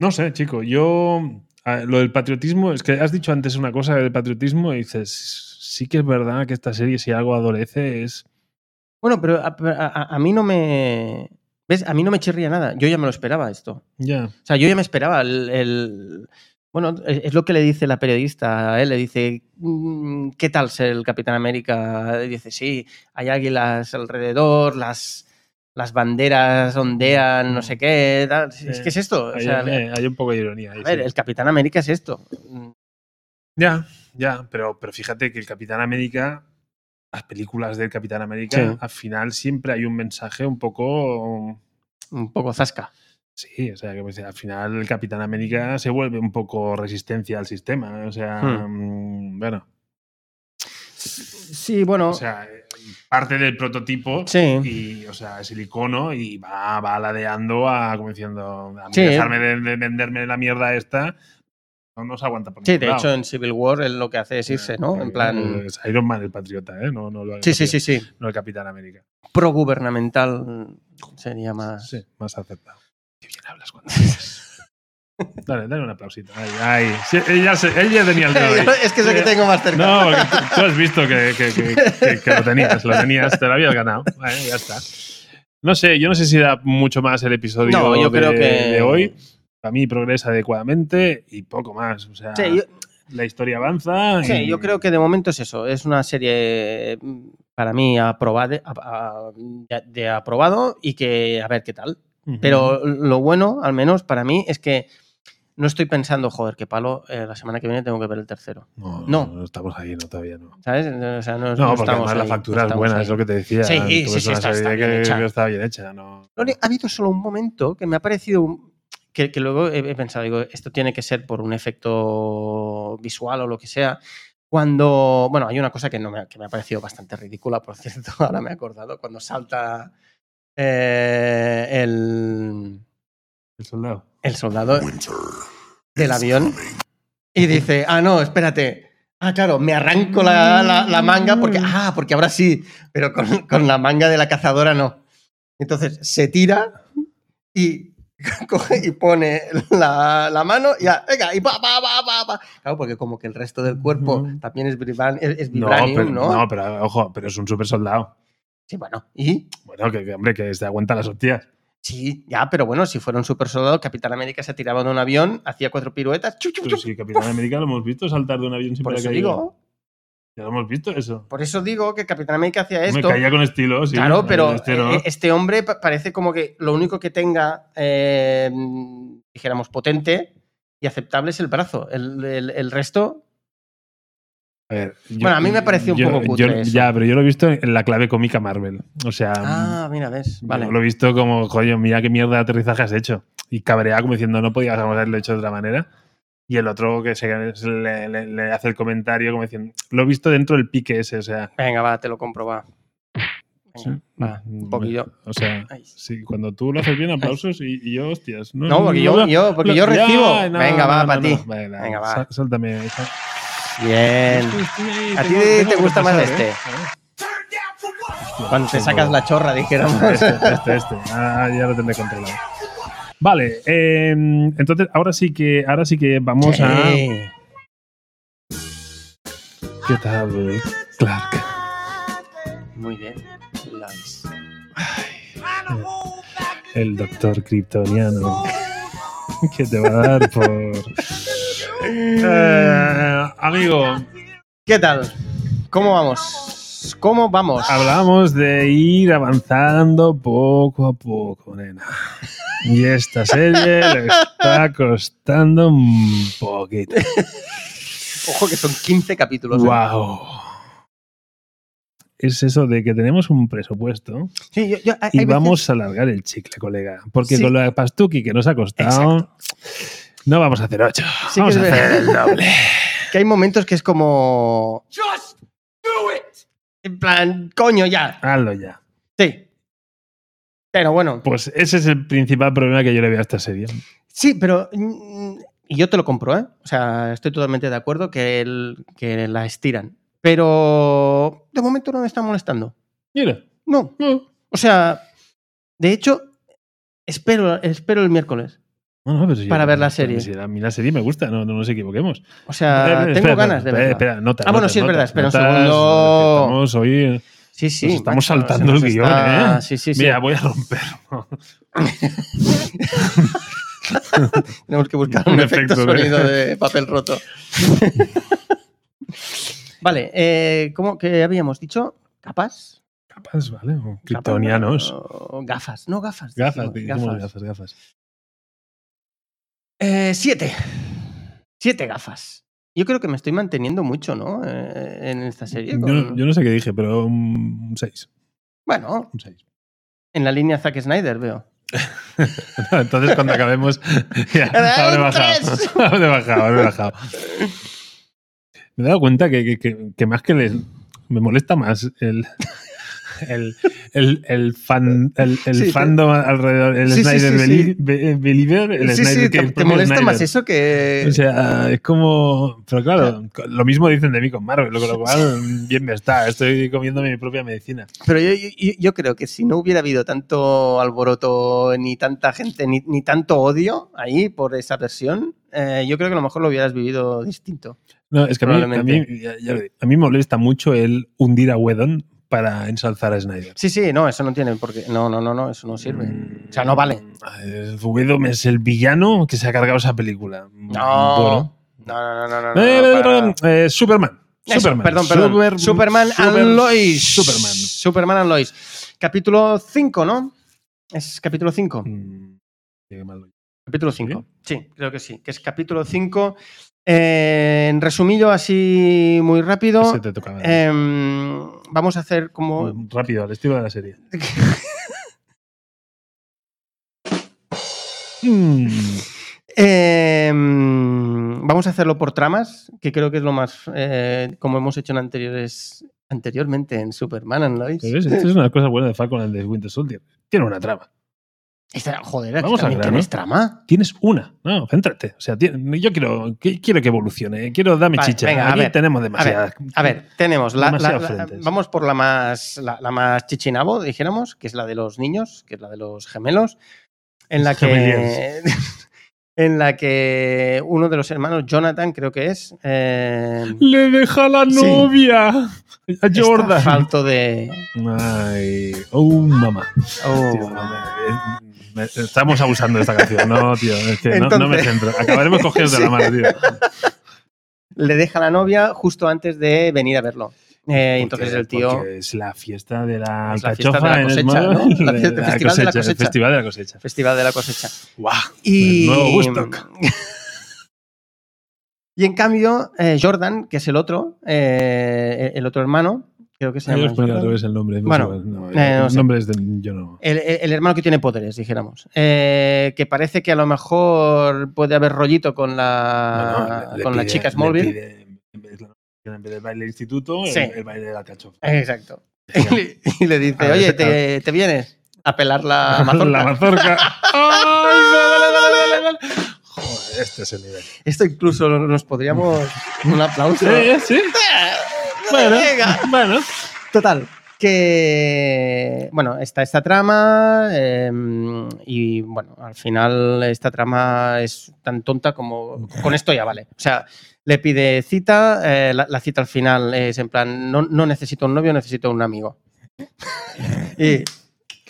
Speaker 1: no sé, chico. Yo. a ver, lo del patriotismo, es que has dicho antes una cosa del patriotismo y dices. Sí que es verdad que esta serie, si algo adolece, es.
Speaker 2: bueno pero a, a- a mí no me. ¿Ves? A mí no me chirría nada. Yo ya me lo esperaba esto.
Speaker 1: Ya.
Speaker 2: O sea, yo ya me esperaba el. el- bueno, es es lo que le dice la periodista a él. Le dice, "Mm, ¿qué tal ser el Capitán América? Y dice, sí, hay águilas alrededor, las, las banderas ondean, no sé qué. tal". Es
Speaker 1: Eh,
Speaker 2: que es esto. O
Speaker 1: Hay,
Speaker 2: sea,
Speaker 1: eh, hay un poco de ironía. ahí,
Speaker 2: a ver,
Speaker 1: sí.
Speaker 2: el Capitán América es esto.
Speaker 1: Ya, ya, pero, pero fíjate que el Capitán América, las películas del Capitán América,
Speaker 2: Sí.
Speaker 1: al final siempre hay un mensaje un poco.
Speaker 2: Un poco zasca.
Speaker 1: Sí, o sea, que pues, al final el Capitán América se vuelve un poco resistencia al sistema. O sea,
Speaker 2: Hmm.
Speaker 1: mm, bueno,
Speaker 2: Sí, bueno.
Speaker 1: o sea, eh, parte del prototipo.
Speaker 2: sí.
Speaker 1: Y, o sea, es el icono y va, va ladeando a, como diciendo, a mí
Speaker 2: Sí.
Speaker 1: dejarme de, de venderme la mierda esta, no nos aguanta por
Speaker 2: Sí,
Speaker 1: ningún
Speaker 2: de
Speaker 1: lado.
Speaker 2: hecho, en Civil War él lo que hace es irse, ¿no? En plan.
Speaker 1: Es Iron Man el patriota, ¿eh? No, no lo-
Speaker 2: Sí, sí, Mm, sí, sí.
Speaker 1: no el Capitán América.
Speaker 2: Progubernamental sería más.
Speaker 1: Sí, más aceptado. Qué bien hablas cuando hablas. Dale, dale un aplausito. Ay, ay. Sí, él, ya se- él ya tenía el dedo ahí.
Speaker 2: es que es lo que
Speaker 1: Eh,
Speaker 2: tengo más cerca.
Speaker 1: No, porque tú, tú has visto que, que- que- que- que lo tenías, lo tenías, te lo habías ganado. Vale, ya está. No sé, yo no sé si da mucho más el episodio
Speaker 2: No, yo
Speaker 1: de,
Speaker 2: creo que-
Speaker 1: de hoy. Para mí progresa adecuadamente y poco más. O sea,
Speaker 2: Sí, yo,
Speaker 1: la historia avanza.
Speaker 2: sí,
Speaker 1: y-
Speaker 2: yo creo que de momento es eso. Es una serie mm, para mí aprobade- a- a- de, de aprobado y que a ver qué tal.
Speaker 1: Ujú.
Speaker 2: Pero lo bueno, al menos para mí, es que no estoy pensando, joder, qué palo, eh, la semana que viene tengo que ver el tercero.
Speaker 1: No,
Speaker 2: no.
Speaker 1: no. estamos ahí, no, todavía no.
Speaker 2: ¿Sabes? O sea, no,
Speaker 1: No,
Speaker 2: no
Speaker 1: porque además
Speaker 2: ahí,
Speaker 1: la
Speaker 2: no
Speaker 1: factura es
Speaker 2: estamos
Speaker 1: buena,
Speaker 2: ahí.
Speaker 1: es lo que te decía.
Speaker 2: Sí, sí,
Speaker 1: Tú ves
Speaker 2: sí,
Speaker 1: una
Speaker 2: está- está
Speaker 1: serie
Speaker 2: bien
Speaker 1: que,
Speaker 2: hecha.
Speaker 1: que está bien hecha. No,
Speaker 2: Lo único- Ha habido solo un momento que me ha parecido un- que, que luego he, he pensado, digo, esto tiene que ser por un efecto visual o lo que sea. Cuando, bueno, hay una cosa que, no me, ha- que me ha parecido bastante ridícula, por cierto, ahora me he acordado, cuando salta eh, el,
Speaker 1: El soldado.
Speaker 2: el soldado
Speaker 3: Winter.
Speaker 2: del
Speaker 3: is
Speaker 2: avión
Speaker 3: coming.
Speaker 2: y dice, ah, no, espérate. Ah, claro, me arranco la, la- la manga porque,
Speaker 1: Mm.
Speaker 2: ah, porque ahora sí, pero con, con la manga de la cazadora no. Entonces se tira y coge y pone la, la mano y ya, venga, y pa, pa, pa, pa, pa. Claro, porque como que el resto del cuerpo
Speaker 1: Ujú.
Speaker 2: también es, vibran- es, es
Speaker 1: No,
Speaker 2: vibranium,
Speaker 1: pero,
Speaker 2: ¿no?
Speaker 1: no, pero ojo, pero es un super soldado.
Speaker 2: Sí, bueno, y
Speaker 1: Bueno, que, que, hombre, que se aguanta las hostias.
Speaker 2: sí, ya, pero bueno, si fuera un super soldado, Capitán América se tiraba de un avión, hacía cuatro piruetas, chup, chup,
Speaker 1: Pero
Speaker 2: chup.
Speaker 1: Pues sí, Capitán América lo hemos visto saltar de un avión sin
Speaker 2: Por eso
Speaker 1: paracaídas.
Speaker 2: digo,
Speaker 1: Ya lo hemos visto eso.
Speaker 2: por eso digo que Capitán América hacía
Speaker 1: Me
Speaker 2: esto.
Speaker 1: caía con estilo, sí.
Speaker 2: Claro, pero eh,
Speaker 1: Este
Speaker 2: este,
Speaker 1: no.
Speaker 2: hombre pa- parece como que lo único que tenga, eh, dijéramos, potente y aceptable es el brazo. El, el- el resto,
Speaker 1: A ver, yo-
Speaker 2: Bueno, a mí me pareció un
Speaker 1: yo-
Speaker 2: poco
Speaker 1: yo-
Speaker 2: cutre eso.
Speaker 1: Ya, pero yo lo he visto en la clave cómica Marvel. O sea,
Speaker 2: ah, mira, ves,
Speaker 1: yo
Speaker 2: vale.
Speaker 1: lo he visto como, coño, mira qué mierda de aterrizaje has hecho. Y cabreado como diciendo, no podías haberlo hecho de otra manera. Y el otro que se, se le, le- le hace el comentario como diciendo, lo he visto dentro del pique ese, o sea.
Speaker 2: Venga, va, te lo compro, va. Venga, va,
Speaker 1: Mm,
Speaker 2: un poquillo.
Speaker 1: O sea,
Speaker 2: Ay.
Speaker 1: sí, cuando tú lo haces bien, aplausos y, y yo, hostias. No,
Speaker 2: No, porque yo,
Speaker 1: Mm, no,
Speaker 2: yo, porque
Speaker 1: no,
Speaker 2: yo
Speaker 1: ya,
Speaker 2: recibo.
Speaker 1: no,
Speaker 2: Venga, va,
Speaker 1: no,
Speaker 2: para
Speaker 1: no,
Speaker 2: ti.
Speaker 1: no. Venga,
Speaker 2: Venga,
Speaker 1: va.
Speaker 2: va.
Speaker 1: sá- Sáltame. sá-
Speaker 2: Bien. A ti te gusta más
Speaker 1: ¿eh?
Speaker 2: este. Cuando te sacas la chorra, dijéramos.
Speaker 1: Este, este, este. Ah, ya lo tendré controlado. Vale, eh, entonces ahora sí que ahora sí que vamos a.
Speaker 2: Eh,
Speaker 1: ¿Qué tal, Clark?
Speaker 2: Muy bien. Lance.
Speaker 1: El doctor kryptoniano que te va a dar por. Eh, amigo,
Speaker 2: ¿Qué tal? ¿Cómo vamos? ¿Cómo vamos?
Speaker 1: hablamos de ir avanzando poco a poco, nena. Y esta serie le está costando un poquito.
Speaker 2: Ojo que son 15 capítulos. ¿eh?
Speaker 1: ¡Wow! Es eso de que tenemos un presupuesto
Speaker 2: Sí, yo- yo- hay-
Speaker 1: y
Speaker 2: hay veces-
Speaker 1: vamos a alargar el chicle, colega. Porque
Speaker 2: Sí.
Speaker 1: con la pastuki que nos ha costado, no vamos a hacer ocho.
Speaker 2: Sí que
Speaker 1: vamos
Speaker 2: es
Speaker 1: a hacer el
Speaker 2: verdad.
Speaker 1: doble.
Speaker 2: que hay momentos que es como. En plan, coño, ya.
Speaker 1: Hazlo ya.
Speaker 2: Sí. Pero bueno.
Speaker 1: Pues ese es el principal problema que yo le veo a esta serie.
Speaker 2: Sí, pero. mm, Y yo te lo compro, ¿eh? O sea, estoy totalmente de acuerdo que, el- que la estiran. Pero. De momento no me está molestando.
Speaker 1: Mira.
Speaker 2: No.
Speaker 1: No,
Speaker 2: O sea. De hecho, espero, espero el miércoles.
Speaker 1: no, pero si
Speaker 2: Para
Speaker 1: yo-
Speaker 2: ver la serie.
Speaker 1: si a mí la serie me gusta, no, no nos equivoquemos.
Speaker 2: O sea,
Speaker 1: Eh,
Speaker 2: tengo
Speaker 1: espera,
Speaker 2: ganas de
Speaker 1: espera,
Speaker 2: verla.
Speaker 1: Espera, nota.
Speaker 2: Ah, bueno,
Speaker 1: notas,
Speaker 2: sí, es verdad,
Speaker 1: notas,
Speaker 2: espera un
Speaker 1: notas,
Speaker 2: segundo.
Speaker 1: Estamos hoy.
Speaker 2: sí, sí.
Speaker 1: nos estamos
Speaker 2: macho,
Speaker 1: saltando
Speaker 2: se nos
Speaker 1: el guión,
Speaker 2: está-
Speaker 1: ¿eh?
Speaker 2: Sí, sí, sí.
Speaker 1: Mira, voy a romper
Speaker 2: Tenemos que buscar un,
Speaker 1: Un
Speaker 2: efecto,
Speaker 1: efecto, ¿no?
Speaker 2: sonido de papel roto. vale, eh, ¿cómo que habíamos dicho? ¿Capas?
Speaker 1: capas, ¿vale? O
Speaker 2: ¿Capas?
Speaker 1: Kryptonianos.
Speaker 2: O Gafas, no gafas.
Speaker 1: Gafas,
Speaker 2: dijimos,
Speaker 1: dijimos gafas,
Speaker 2: gafas.
Speaker 1: gafas.
Speaker 2: Eh, siete. Siete gafas. Yo creo que me estoy manteniendo mucho, ¿no? Eh, en esta serie.
Speaker 1: Yo,
Speaker 2: con-
Speaker 1: yo no sé qué dije, pero un 6.
Speaker 2: Bueno,
Speaker 1: Un 6.
Speaker 2: en la línea Zack Snyder, veo.
Speaker 1: Entonces, cuando acabemos, ya, habré
Speaker 2: Un
Speaker 1: bajado.
Speaker 2: tres.
Speaker 1: Habré bajado, habré bajado. Me he dado cuenta que, que- que- que más que les, me molesta más el. El, el, el, fan, el, el
Speaker 2: Sí, sí.
Speaker 1: fandom alrededor, el
Speaker 2: Sí, sí,
Speaker 1: Snyder
Speaker 2: sí, sí.
Speaker 1: beli- be- eh, believer, el
Speaker 2: sí,
Speaker 1: Snyder
Speaker 2: sí,
Speaker 1: que
Speaker 2: te,
Speaker 1: el
Speaker 2: te
Speaker 1: propio
Speaker 2: molesta
Speaker 1: Snyder.
Speaker 2: más eso que...
Speaker 1: O sea, es como. Pero claro, lo mismo dicen de mí con Marvel, con lo cual bien me está. Estoy comiendo mi propia medicina.
Speaker 2: Pero yo, yo- yo- yo creo que si no hubiera habido tanto alboroto, ni tanta gente, ni, ni tanto odio ahí por esa versión, eh, yo creo que a lo mejor lo hubieras vivido distinto.
Speaker 1: No, es que a mí, a,
Speaker 2: Probablemente.
Speaker 1: mí, ya- ya lo digo, a mí me molesta mucho el hundir a Whedon para ensalzar a Snyder.
Speaker 2: Sí, sí, no, eso no tiene porque No, no, no, no, eso no
Speaker 1: Mm,
Speaker 2: sirve. O sea, no vale.
Speaker 1: Eh, Whedon es el villano que se ha cargado esa película.
Speaker 2: No.
Speaker 1: Bueno.
Speaker 2: No, no, no, no, no. no,
Speaker 1: Eh,
Speaker 2: para-
Speaker 1: perdón, eh, Superman.
Speaker 2: Eso,
Speaker 1: Superman.
Speaker 2: Perdón, perdón.
Speaker 1: Super-
Speaker 2: Superman
Speaker 1: Super-
Speaker 2: and Lois.
Speaker 1: Superman.
Speaker 2: Superman and Lois. Capítulo 5, ¿no? Es capítulo 5.
Speaker 1: Mm, qué malo.
Speaker 2: Capítulo 5. Sí, creo que sí. Que es capítulo 5. en resumillo, así muy rápido.
Speaker 1: Ese te tocaba.
Speaker 2: Em, vamos a hacer como.
Speaker 1: Mm, Rápido, al estilo de la serie. Mm,
Speaker 2: Em, vamos a hacerlo por tramas, que creo que es lo más. eh, como hemos hecho en anteriores, anteriormente en Superman and Lois.
Speaker 1: ¿ves? Esto es una cosa buena de Falcon and the Winter Soldier. Tiene una trama.
Speaker 2: Esta- joder, aquí
Speaker 1: Vamos al
Speaker 2: también
Speaker 1: grano.
Speaker 2: tienes trama.
Speaker 1: tienes una. No, céntrate. O sea, ti- yo quiero, que- quiero que evolucione. Quiero dame
Speaker 2: Vale,
Speaker 1: chicha.
Speaker 2: venga, a
Speaker 1: Aquí
Speaker 2: ver,
Speaker 1: tenemos demasiadas.
Speaker 2: A ver, tenemos la, la-
Speaker 1: Demasiados
Speaker 2: la-
Speaker 1: frentes.
Speaker 2: vamos por la más la, la más chichinabo, dijéramos, que es la de los niños, que es la de los gemelos, en la que
Speaker 1: Gemeliers.
Speaker 2: en la que uno de los hermanos, Jonathan, creo que es, eh,
Speaker 1: Le deja la
Speaker 2: Sí.
Speaker 1: novia a
Speaker 2: está
Speaker 1: Jordan.
Speaker 2: falto de
Speaker 1: Ay, oh, mamá.
Speaker 2: oh,
Speaker 1: Tío, no me- eh, me- estamos abusando de esta canción. No, tío. Es que no- no, me
Speaker 2: Entonces-
Speaker 1: centro. Acabaremos cogidos de la mano, tío.
Speaker 2: le deja la novia justo antes de venir a verlo.
Speaker 1: Porque-
Speaker 2: Eh, entonces el tío
Speaker 1: porque Es la fiesta de la
Speaker 2: Es la fiesta de la
Speaker 1: alcachofa en el
Speaker 2: cosecha,
Speaker 1: mar-
Speaker 2: ¿no?
Speaker 1: la
Speaker 2: La fiesta- festival de
Speaker 1: cosecha, el
Speaker 2: la cosecha.
Speaker 1: Festival de la cosecha.
Speaker 2: Festival de la cosecha.
Speaker 1: ¡Guau!
Speaker 2: Y,
Speaker 1: El nuevo Woodstock.
Speaker 2: y en cambio, eh, Jordan, que es el otro, eh, el otro hermano, creo que se
Speaker 1: Ellos
Speaker 2: llama.
Speaker 1: ponen al
Speaker 2: Jordan.
Speaker 1: revés el nombre. no
Speaker 2: Bueno,
Speaker 1: sé cuál. No,
Speaker 2: eh, no
Speaker 1: el
Speaker 2: sé.
Speaker 1: nombre es de. Yo no.
Speaker 2: El, el- el hermano que tiene poderes, dijéramos. Eh, que parece que a lo mejor puede haber rollito con la,
Speaker 1: Bueno, le
Speaker 2: con la
Speaker 1: pide-
Speaker 2: chica
Speaker 1: le
Speaker 2: Smallville.
Speaker 1: pide, en vez de la- en vez del baile de instituto,
Speaker 2: Sí.
Speaker 1: el, el baile de la cachofa.
Speaker 2: Exacto. Y le- y le
Speaker 1: A
Speaker 2: dice,
Speaker 1: ver,
Speaker 2: oye,
Speaker 1: a
Speaker 2: ¿te, te vienes a pelar la
Speaker 1: La
Speaker 2: mazorca?
Speaker 1: mazorca. ¡Ay, vale, vale, vale, vale, vale! Joder, este es el nivel.
Speaker 2: Esto incluso nos podríamos un aplauso.
Speaker 1: Sí, sí. Bueno,
Speaker 2: Venga.
Speaker 1: bueno.
Speaker 2: Total, que, bueno, está esta trama eh, y, bueno, al final esta trama es tan tonta como con esto ya vale. O sea, le pide cita, eh, la, la cita al final es en plan, no, no necesito un novio, necesito un amigo. y,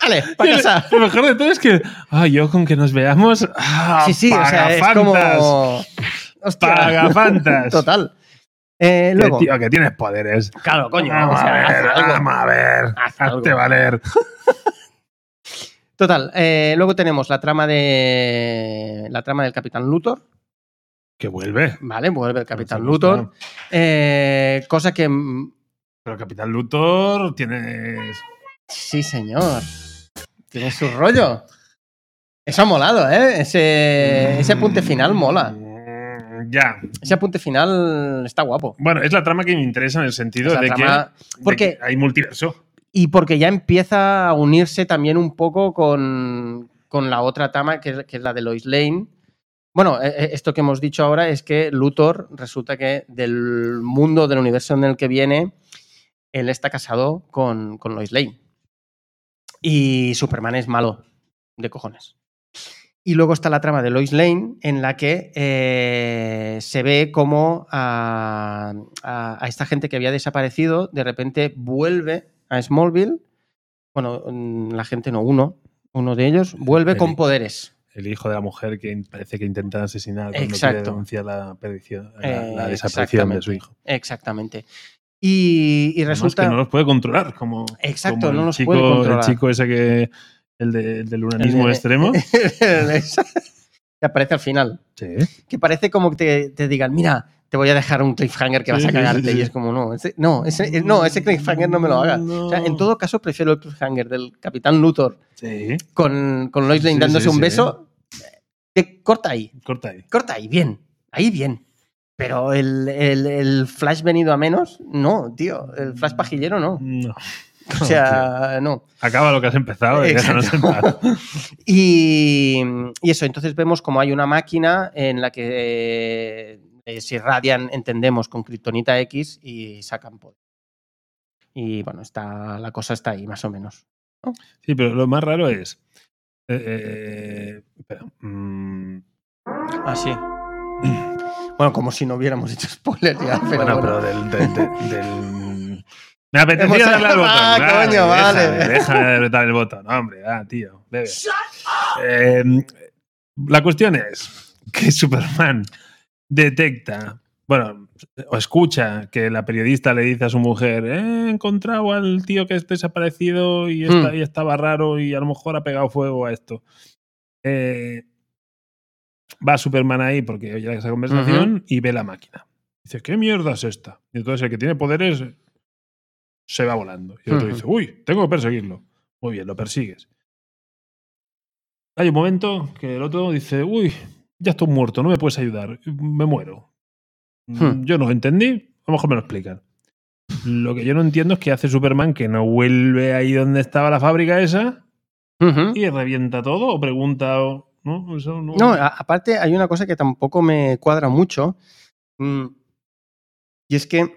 Speaker 2: vale, para casa.
Speaker 1: Lo mejor de todo es que, ah, yo con que nos veamos, ah,
Speaker 2: Sí, sí, o sea, es como... Hostia.
Speaker 1: Pagafantas.
Speaker 2: Total. Eh,
Speaker 1: Que,
Speaker 2: luego,
Speaker 1: tío, que tienes poderes.
Speaker 2: claro, coño, o
Speaker 1: Vamos a
Speaker 2: sea, haz
Speaker 1: ver,
Speaker 2: algo.
Speaker 1: vamos a ver.
Speaker 2: Haz algo.
Speaker 1: Hazte valer.
Speaker 2: Total, eh, luego tenemos la trama de la trama del Capitán Luthor,
Speaker 1: Que vuelve.
Speaker 2: ¿vale? Vuelve el Capitán
Speaker 1: Nos gusta.
Speaker 2: Luthor, eh, cosa que mm,
Speaker 1: Pero Capitán Luthor tienes.
Speaker 2: sí, señor, tiene su rollo. Eso ha molado, ¿eh? Ese, ese apunte final mola.
Speaker 1: Mm, Ya.
Speaker 2: Ese apunte final está guapo.
Speaker 1: Bueno, es la trama que me interesa en el sentido
Speaker 2: Es la
Speaker 1: de,
Speaker 2: trama-
Speaker 1: que, de
Speaker 2: porque-
Speaker 1: que hay multiverso.
Speaker 2: Y porque ya empieza a unirse también un poco con, con la otra trama, que es, que es la de Lois Lane. Bueno, eh, eh, esto que hemos dicho ahora es que Luthor resulta que del mundo, del universo en el que viene, él está casado con, con Lois Lane. Y Superman es malo, de cojones. Y luego está la trama de Lois Lane, en la que eh, se ve cómo a, a- a esta gente que había desaparecido de repente vuelve a Smallville. Bueno, mm, la gente no, uno, uno de ellos, vuelve con
Speaker 1: Eli.
Speaker 2: poderes.
Speaker 1: El hijo de la mujer que in- parece que intenta asesinar cuando quiere
Speaker 2: Exacto.
Speaker 1: denunciar la, perdición, la,
Speaker 2: Eh,
Speaker 1: la desaparición de su
Speaker 2: exactamente.
Speaker 1: hijo.
Speaker 2: Exactamente. Y, y
Speaker 1: Además
Speaker 2: resulta.
Speaker 1: que no los puede controlar, como,
Speaker 2: Exacto,
Speaker 1: como
Speaker 2: no
Speaker 1: el
Speaker 2: los
Speaker 1: chico,
Speaker 2: puede
Speaker 1: El
Speaker 2: controlar.
Speaker 1: chico ese que. El, de- el del
Speaker 2: El
Speaker 1: lunarismo
Speaker 2: de-
Speaker 1: extremo.
Speaker 2: que aparece al final.
Speaker 1: Sí.
Speaker 2: Que parece como que te, te digan, mira, te voy a dejar un cliffhanger que vas
Speaker 1: Sí,
Speaker 2: a
Speaker 1: sí, sí,
Speaker 2: cagarte.
Speaker 1: sí.
Speaker 2: Y es como, no, ese, no, ese, eh, no, ese cliffhanger no me lo hagas. O sea, en
Speaker 1: No.
Speaker 2: todo caso, prefiero el cliffhanger del Capitán Luthor
Speaker 1: Sí.
Speaker 2: con, con Lois Lane
Speaker 1: Sí,
Speaker 2: dándose
Speaker 1: sí,
Speaker 2: un
Speaker 1: sí.
Speaker 2: beso. Te corta ahí,
Speaker 1: Corta ahí.
Speaker 2: corta ahí, bien, ahí bien. Pero el, el- el flash venido a menos, no, tío. El flash pajillero, no.
Speaker 1: No.
Speaker 2: O sea, no.
Speaker 1: Acaba lo que has empezado y
Speaker 2: Exacto.
Speaker 1: déjanos en paz.
Speaker 2: Y, y eso, entonces vemos como hay una máquina en la que eh, eh, se irradian, entendemos, con Kryptonita X y sacan poder. Y bueno, está, la cosa está ahí, más o menos.
Speaker 1: Sí, pero lo más raro es. eh, eh, espera, mm,
Speaker 2: Así. Bueno, como si no hubiéramos hecho spoiler ya, pero
Speaker 1: Ah, bueno,
Speaker 2: bueno.
Speaker 1: pero del. del, del- del- me apetecía
Speaker 2: Hemos-
Speaker 1: darle al botón.
Speaker 2: Ah,
Speaker 1: dale,
Speaker 2: coño, vale.
Speaker 1: Déjame, déjame de apretar el botón. No, hombre, ah, tío. Bebe. Eh, la cuestión es que Superman detecta. Bueno, o escucha que la periodista le dice a su mujer, "Eh, he encontrado al tío que es desaparecido y, está-
Speaker 2: Hmm.
Speaker 1: y estaba raro y a lo mejor ha pegado fuego a esto. Eh, va Superman ahí porque oye esa conversación y ve la máquina. Dice, ¿qué mierda es esta? Y entonces el que tiene poderes eh, se va volando. Y el otro
Speaker 2: Ujú.
Speaker 1: dice, uy, tengo que perseguirlo. Muy bien, lo persigues. Hay un momento que el otro dice, uy, ya estoy muerto, no me puedes ayudar, me muero. Mm,
Speaker 2: Hmm.
Speaker 1: Yo no lo entendí, a lo mejor me lo explican. Lo que yo no entiendo es que hace Superman que no vuelve ahí donde estaba la fábrica esa
Speaker 2: Ujú.
Speaker 1: y revienta todo o pregunta o- ¿no? Eso no-
Speaker 2: No, a- aparte hay una cosa que tampoco me cuadra mucho. mm, Y es que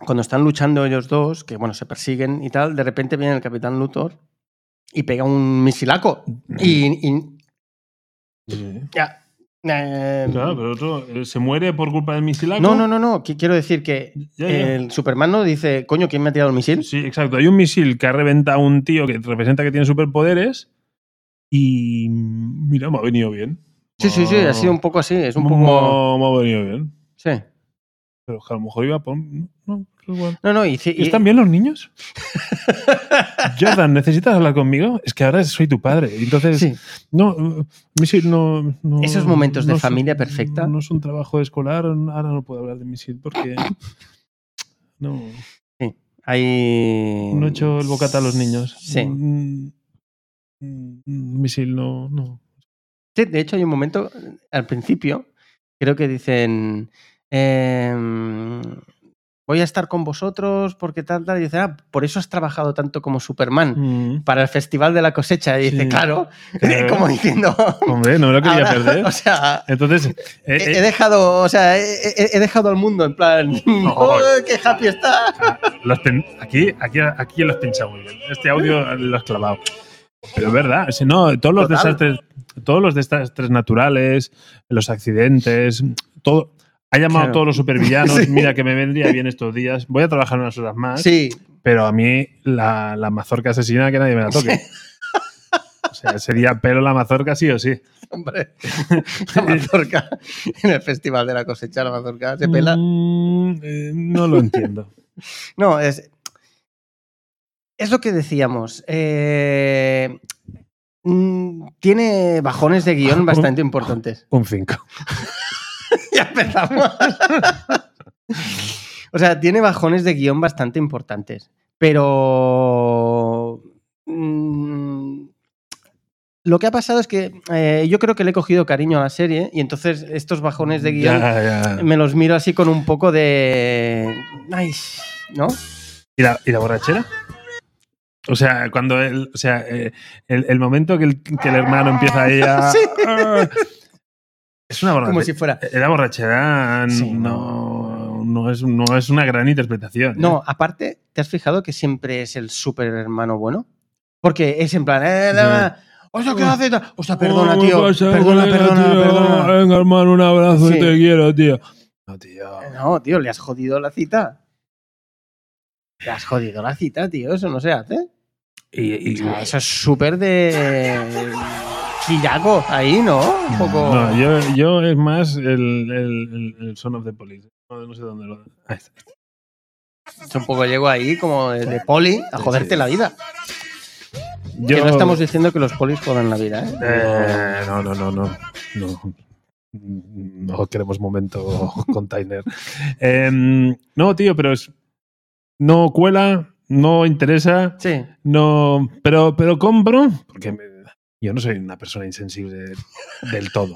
Speaker 2: cuando están luchando ellos dos, que bueno, se persiguen y tal, de repente viene el Capitán Luthor y pega un misilaco.
Speaker 1: Mm,
Speaker 2: Y. y-
Speaker 1: Sí.
Speaker 2: ya, eh,
Speaker 1: Claro, pero otro eh, se muere por culpa del misilaco.
Speaker 2: no, no, no, no. que Quiero decir que
Speaker 1: Ya, ya.
Speaker 2: el Superman no dice, coño, ¿quién me ha tirado el misil?
Speaker 1: Sí, exacto. Hay un misil que ha reventado un tío que representa que tiene superpoderes y mm, mira, me ha venido bien.
Speaker 2: Sí, sí, sí, ha sido un poco así. Es un poco.
Speaker 1: Me, me ha venido bien.
Speaker 2: Sí.
Speaker 1: Pero que a lo mejor iba por... No, no, es igual.
Speaker 2: No, no, y, ci- y-
Speaker 1: ¿Están bien los niños? Jordan, ¿necesitas hablar conmigo? Es que ahora soy tu padre. y Entonces,
Speaker 2: sí.
Speaker 1: no, eh, misil no, no-
Speaker 2: Esos momentos de
Speaker 1: no es un-
Speaker 2: familia perfecta.
Speaker 1: No es un trabajo escolar, ahora no puedo hablar de misil porque... No,
Speaker 2: Hay.
Speaker 1: no he hecho el bocata a los niños.
Speaker 2: Em, Sí.
Speaker 1: Mm, mm, mm, misil no, no.
Speaker 2: Sí, de hecho hay un momento eh, al principio, creo que dicen, em, voy voy a estar con vosotros porque tal, tal. Y dice, ah, por eso has trabajado tanto como Superman para el Festival de la Cosecha. Y dice,
Speaker 1: Mm. Sí.
Speaker 2: claro,
Speaker 1: Claro.
Speaker 2: como diciendo.
Speaker 1: Hombre, no me lo quería
Speaker 2: ahora,
Speaker 1: perder.
Speaker 2: O sea,
Speaker 1: Entonces, eh,
Speaker 2: he, he
Speaker 1: eh,
Speaker 2: dejado, o sea, he, he- he dejado al mundo en plan, oh, qué happy está.
Speaker 1: ah, los pen- aquí, aquí, aquí los pincha muy bien. Este audio lo has clavado. Pero es verdad, si no, todos los
Speaker 2: Total.
Speaker 1: desastres, todos los desastres naturales, los accidentes, todo. Ha llamado
Speaker 2: Claro.
Speaker 1: a todos los supervillanos.
Speaker 2: Sí.
Speaker 1: Mira que me vendría bien estos días. Voy a trabajar unas horas más.
Speaker 2: Sí,
Speaker 1: pero a mí la, la mazorca asesina que nadie me la toque. O sea, sería pelo la mazorca sí o sí.
Speaker 2: hombre, la mazorca. En el Festival de la Cosecha, la mazorca se pela.
Speaker 1: Mm, eh, no lo entiendo.
Speaker 2: No, es. Es lo que decíamos. eh, mm, tiene bajones de guión bastante importantes.
Speaker 1: Un 5.
Speaker 2: ya empezamos. o sea, tiene bajones de guión bastante importantes. Pero. mm, lo que ha pasado es que eh, yo creo que le he cogido cariño a la serie y entonces estos bajones de guión
Speaker 1: Ya, ya.
Speaker 2: me los miro así con un poco de. Ay, ¿No?
Speaker 1: ¿Y, la, y la borrachera? O sea, cuando el, o sea, eh, el, el momento que el, que el hermano empieza ahí a...
Speaker 2: Sí.
Speaker 1: Ah, es una
Speaker 2: Como
Speaker 1: borrachera. Eh,
Speaker 2: si fuera.
Speaker 1: La borrachera
Speaker 2: Sí,
Speaker 1: no, no, es, no es una gran interpretación. ¿eh?
Speaker 2: No, aparte, ¿te has fijado que siempre es el super hermano bueno? Porque es en plan, eh,
Speaker 1: Ya.
Speaker 2: ¡Oye, ¿qué haces? Hostia,
Speaker 1: Oh,
Speaker 2: Ah, perdona,
Speaker 1: ¿qué
Speaker 2: tío.
Speaker 1: pasa,
Speaker 2: Perdona,
Speaker 1: colega,
Speaker 2: perdona,
Speaker 1: tío? Eh.
Speaker 2: perdona.
Speaker 1: Venga, hermano, un abrazo
Speaker 2: Sí.
Speaker 1: y te quiero, tío. No, tío.
Speaker 2: No, tío, le has jodido la cita. Le has jodido la cita, tío. Eso no se hace.
Speaker 1: Y,
Speaker 2: O sea, eso es súper de. Chillaco, ahí, ¿no? Un poco.
Speaker 1: No, yo, yo es más el, el, el, el Son of the Police. No, no sé dónde lo. Ahí está.
Speaker 2: Yo un poco llego ahí como de, de poli a joderte la vida.
Speaker 1: Yo,
Speaker 2: Que no estamos diciendo que los polis jodan la vida, ¿eh?
Speaker 1: Eh, no, no, no, no. No. No queremos momento container. Em, no, tío, pero es. No cuela, no interesa.
Speaker 2: Sí.
Speaker 1: No, pero, pero compro, porque me- yo no soy una persona insensible del todo.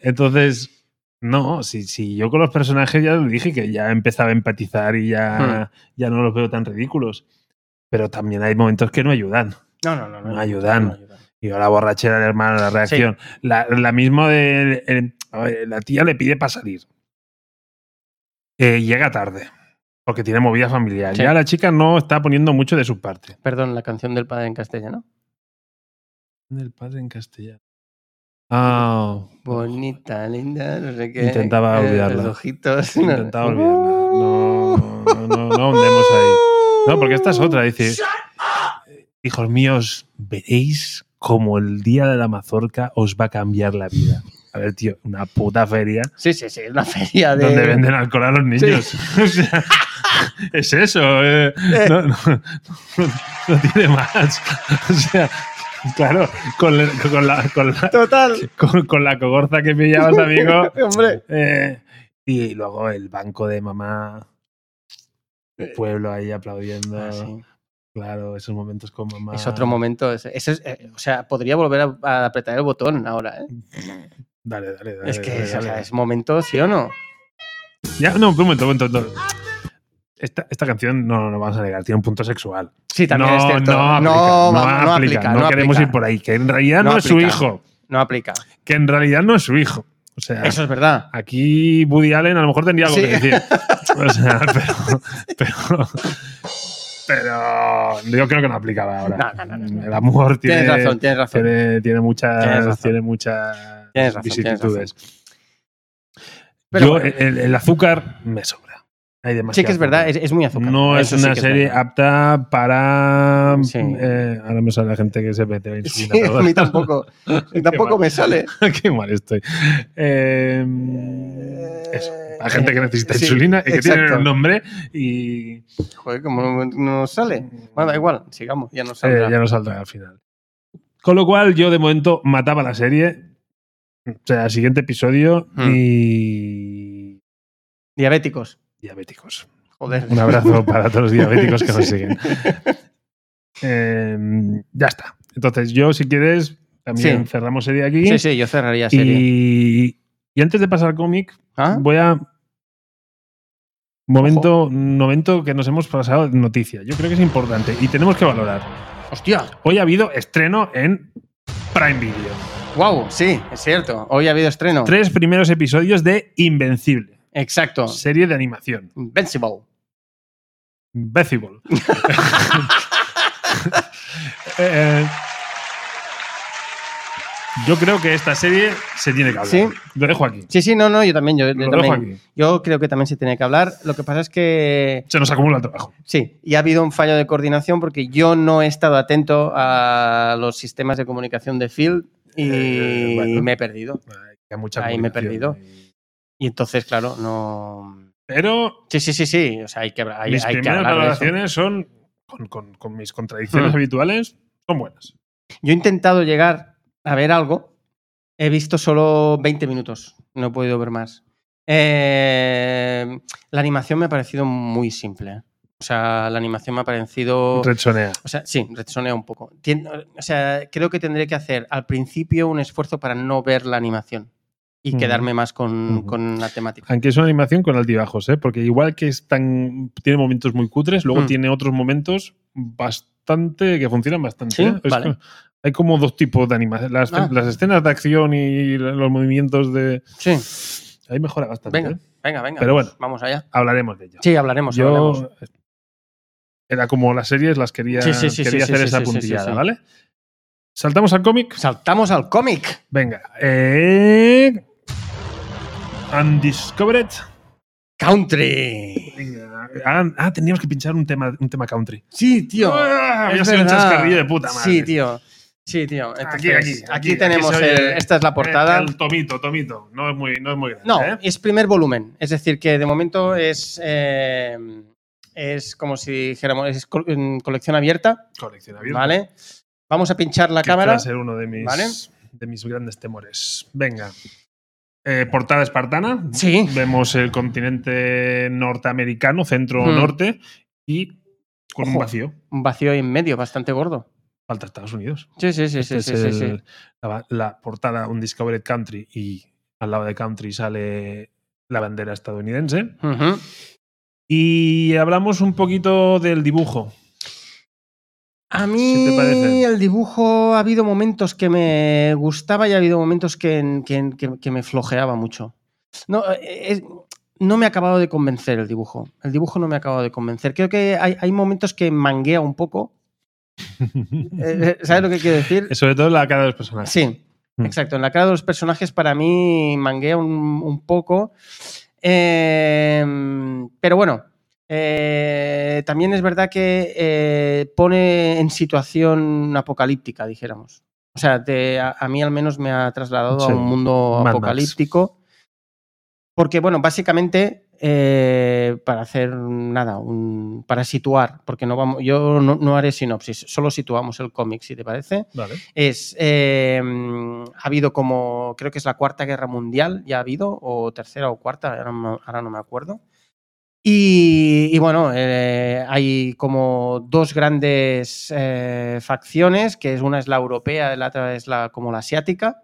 Speaker 1: Entonces, no, si, si yo con los personajes ya les dije que ya empezaba a empatizar y ya, ya no los veo tan ridículos. Pero también hay momentos que no ayudan.
Speaker 2: No, no, no.
Speaker 1: No ayudan. Y ahora borrachera el hermano, la reacción. La, la misma de el- a ver, la tía le pide para salir. Eh, llega tarde, porque tiene movida familiar.
Speaker 2: Sí.
Speaker 1: Ya la chica no está poniendo mucho de su parte.
Speaker 2: Perdón, la canción del padre en castellano.
Speaker 1: del padre en castellano. Ah,
Speaker 2: Bonita, linda, no sé qué. Eh,
Speaker 1: Intentaba olvidarla.
Speaker 2: Los ojitos.
Speaker 1: intentaba olvidarla. No, no, no, no ahondemos ahí. No, porque esta es otra, dice. Hijos míos, veréis cómo el día de la mazorca os va a cambiar la vida. A ver, tío, una puta feria
Speaker 2: Sí, sí, sí, es una feria de.
Speaker 1: donde venden alcohol a los niños. O sea, es eso. eh, No, no- no- no tiene más. O sea, claro, con, la- con la, con la-
Speaker 2: Total.
Speaker 1: con- con la cogorza que pillabas, amigo.
Speaker 2: Hombre.
Speaker 1: Eh, y luego el banco de mamá, el pueblo ahí aplaudiendo.
Speaker 2: Eh. Ah, sí.
Speaker 1: Claro, esos momentos con mamá.
Speaker 2: Es otro momento. ese- ese es, eh, o sea, podría volver a, a apretar el botón ahora. ¿eh?
Speaker 1: Dale, dale, dale.
Speaker 2: Es que
Speaker 1: dale,
Speaker 2: es, o
Speaker 1: dale.
Speaker 2: sea, es momento, ¿sí o no?
Speaker 1: Ya, no, un momento, un momento. no. Esta, esta canción no lo vamos a negar, tiene un punto sexual.
Speaker 2: Sí, también
Speaker 1: no,
Speaker 2: es cierto.
Speaker 1: no, aplica, no,
Speaker 2: no, va- no
Speaker 1: aplica,
Speaker 2: aplica.
Speaker 1: no queremos
Speaker 2: aplica,
Speaker 1: ir por ahí. Que en realidad no,
Speaker 2: No
Speaker 1: es su
Speaker 2: aplica.
Speaker 1: hijo.
Speaker 2: No aplica.
Speaker 1: Que en realidad no es su hijo. O sea,
Speaker 2: Eso es verdad.
Speaker 1: aquí Woody Allen a lo mejor tendría algo
Speaker 2: Sí.
Speaker 1: que decir. O sea, pero, pero, pero yo creo que no aplicaba ahora.
Speaker 2: No, no, no, no, no.
Speaker 1: El amor tiene,
Speaker 2: Tienes razón, tienes razón.
Speaker 1: tiene, tiene muchas,
Speaker 2: Tienes razón.
Speaker 1: tiene muchas
Speaker 2: Tienes razón,
Speaker 1: vicisitudes.
Speaker 2: Pero
Speaker 1: yo,
Speaker 2: bueno.
Speaker 1: el, el azúcar me sobra. Hay demasiado
Speaker 2: Sí que es verdad, es,
Speaker 1: azúcar.
Speaker 2: es muy azúcar.
Speaker 1: No es
Speaker 2: Eso sí
Speaker 1: una
Speaker 2: que
Speaker 1: serie
Speaker 2: verdad.
Speaker 1: apta para.
Speaker 2: Sí.
Speaker 1: eh, ahora me sale la gente que se mete en
Speaker 2: Sí, a mí tampoco. tampoco
Speaker 1: mal.
Speaker 2: me sale.
Speaker 1: Qué mal estoy. Eh, eso. Hay gente que necesita
Speaker 2: Sí,
Speaker 1: insulina y que tiene
Speaker 2: exacto.
Speaker 1: un nombre y eh,
Speaker 2: Joder, como no, no nos sale. Bueno, da igual, sigamos, ya nos saldrá.
Speaker 1: Eh, ya no saldrá al final. Con lo cual, yo de momento mataba la serie. O sea, siguiente episodio
Speaker 2: Hmm.
Speaker 1: y.
Speaker 2: Diabéticos.
Speaker 1: Diabéticos.
Speaker 2: Joder.
Speaker 1: Un abrazo para todos los diabéticos que nos siguen. Eh, ya está. Entonces, yo, si quieres, también
Speaker 2: Sí.
Speaker 1: cerramos serie aquí.
Speaker 2: Sí, sí, yo cerraría serie.
Speaker 1: y, y antes de pasar al cómic,
Speaker 2: ¿Ah?
Speaker 1: voy a Momento, momento que nos hemos pasado de noticia. Yo creo que es importante y tenemos que valorar.
Speaker 2: ¡Hostia!
Speaker 1: Hoy ha habido estreno en Prime Video.
Speaker 2: ¡Wow! Sí, es cierto. Hoy ha habido estreno.
Speaker 1: Tres primeros episodios de Invencible,
Speaker 2: Exacto.
Speaker 1: serie de animación.
Speaker 2: Invincible.
Speaker 1: Invencible. Eh, yo creo que esta serie se tiene que hablar.
Speaker 2: Sí.
Speaker 1: Lo dejo aquí.
Speaker 2: Sí, sí, no, no, yo también. Yo, yo
Speaker 1: Lo dejo
Speaker 2: también.
Speaker 1: aquí.
Speaker 2: Yo creo que también se tiene que hablar. Lo que pasa es que
Speaker 1: Se nos acumula el trabajo.
Speaker 2: sí, y ha habido un fallo de coordinación porque yo no he estado atento a los sistemas de comunicación de Field y
Speaker 1: Eh, bueno.
Speaker 2: me he perdido.
Speaker 1: Ay, que hay mucha
Speaker 2: Ahí me he
Speaker 1: comunicación.
Speaker 2: Y entonces, claro, no.
Speaker 1: Pero
Speaker 2: Sí, sí, sí, sí. O sea, hay que, hay,
Speaker 1: mis
Speaker 2: hay que
Speaker 1: primeras
Speaker 2: hablar de eso.
Speaker 1: valoraciones son, con, con- con mis contradicciones
Speaker 2: Hmm.
Speaker 1: habituales, son buenas.
Speaker 2: Yo he intentado llegar a ver algo. He visto solo 20 minutos. No he podido ver más. Eh, la animación me ha parecido muy simple. O sea, la animación me ha parecido.
Speaker 1: Rechonea.
Speaker 2: O sea, sí, rechonea un poco. Tien- o sea, creo que tendré que hacer al principio un esfuerzo para no ver la animación y
Speaker 1: Ujú.
Speaker 2: quedarme más con,
Speaker 1: Ujú.
Speaker 2: con la temática.
Speaker 1: Aunque es una animación con altibajos, ¿eh? porque igual que es tan- tiene momentos muy cutres, luego
Speaker 2: Hmm.
Speaker 1: tiene otros momentos bastante que funcionan bastante.
Speaker 2: Sí,
Speaker 1: ¿eh? Es
Speaker 2: vale.
Speaker 1: co- hay como dos tipos de animación. Las,
Speaker 2: Ah.
Speaker 1: las escenas de acción y la- los movimientos de...
Speaker 2: Sí,
Speaker 1: Ahí mejora bastante.
Speaker 2: venga,
Speaker 1: ¿eh?
Speaker 2: venga, venga.
Speaker 1: Pero bueno.
Speaker 2: Vamos allá.
Speaker 1: Hablaremos de ello.
Speaker 2: Sí, hablaremos.
Speaker 1: Yo
Speaker 2: hablaremos.
Speaker 1: era como las series, las quería,
Speaker 2: Sí, sí, sí,
Speaker 1: quería
Speaker 2: sí,
Speaker 1: hacer
Speaker 2: sí,
Speaker 1: esa
Speaker 2: sí, sí, sí,
Speaker 1: puntillada,
Speaker 2: sí.
Speaker 1: ¿vale? Saltamos al cómic.
Speaker 2: Saltamos al cómic.
Speaker 1: Venga. Eh... Undiscovered.
Speaker 2: Country.
Speaker 1: Ah, ah, teníamos que pinchar un tema, un tema country.
Speaker 2: Sí, tío.
Speaker 1: Ah,
Speaker 2: Es
Speaker 1: había sido un
Speaker 2: verdad.
Speaker 1: chascarrillo de puta madre.
Speaker 2: Sí, tío. Sí, tío.
Speaker 1: Aquí,
Speaker 2: Entonces,
Speaker 1: aquí,
Speaker 2: aquí,
Speaker 1: aquí, aquí
Speaker 2: tenemos
Speaker 1: soy
Speaker 2: el-
Speaker 1: el-
Speaker 2: esta es la portada.
Speaker 1: Eh, El tomito, tomito. No es muy, no es muy grande.
Speaker 2: No,
Speaker 1: ¿eh?
Speaker 2: es primer volumen. Es decir, que de momento es, eh, es como si dijéramos, es col- en colección abierta,
Speaker 1: Colección abierta.
Speaker 2: ¿vale? Vamos a pinchar la
Speaker 1: Que este Va
Speaker 2: cámara.
Speaker 1: a ser uno de mis,
Speaker 2: ¿Vale?
Speaker 1: de mis grandes temores. Venga. Eh, portada espartana.
Speaker 2: Sí.
Speaker 1: Vemos el continente norteamericano,
Speaker 2: Hmm.
Speaker 1: centro-norte, y con un
Speaker 2: Ojo.
Speaker 1: vacío.
Speaker 2: Un vacío ahí en medio, bastante gordo.
Speaker 1: Falta Estados Unidos.
Speaker 2: Sí, sí, sí, sí,
Speaker 1: Este
Speaker 2: sí,
Speaker 1: es
Speaker 2: sí,
Speaker 1: el-
Speaker 2: sí.
Speaker 1: La, la portada Un Discovered Country y al lado de Country sale la bandera estadounidense.
Speaker 2: Ujú.
Speaker 1: Y hablamos un poquito del dibujo.
Speaker 2: A mí
Speaker 1: te parece?
Speaker 2: el dibujo ha habido momentos que me gustaba y ha habido momentos que, que- que- que me flojeaba mucho. No, eh, es- no me ha acabado de convencer el dibujo. El dibujo no me ha acabado de convencer. Creo que hay, hay momentos que manguea un poco. Eh, eh, ¿Sabes lo que quiero decir?
Speaker 1: Sobre todo la cara de los personajes.
Speaker 2: Sí,
Speaker 1: Mm.
Speaker 2: exacto. En la cara de los personajes para mí manguea un, un poco. Eh, pero bueno, eh, también es verdad que eh, pone en situación apocalíptica, dijéramos. O sea, te- a, a mí al menos me ha trasladado
Speaker 1: Sí,
Speaker 2: a un mundo
Speaker 1: Mad Max.
Speaker 2: apocalíptico. Porque, bueno, básicamente, eh, para hacer nada, un- para situar, porque no vamos, yo no, no haré sinopsis, solo situamos el cómic, si te parece
Speaker 1: Vale.
Speaker 2: es eh, ha habido como creo que es la cuarta guerra mundial ya ha habido o tercera o cuarta ahora no, ahora no me acuerdo y, y bueno eh, hay como dos grandes eh, facciones que es una es la europea la otra es la como la asiática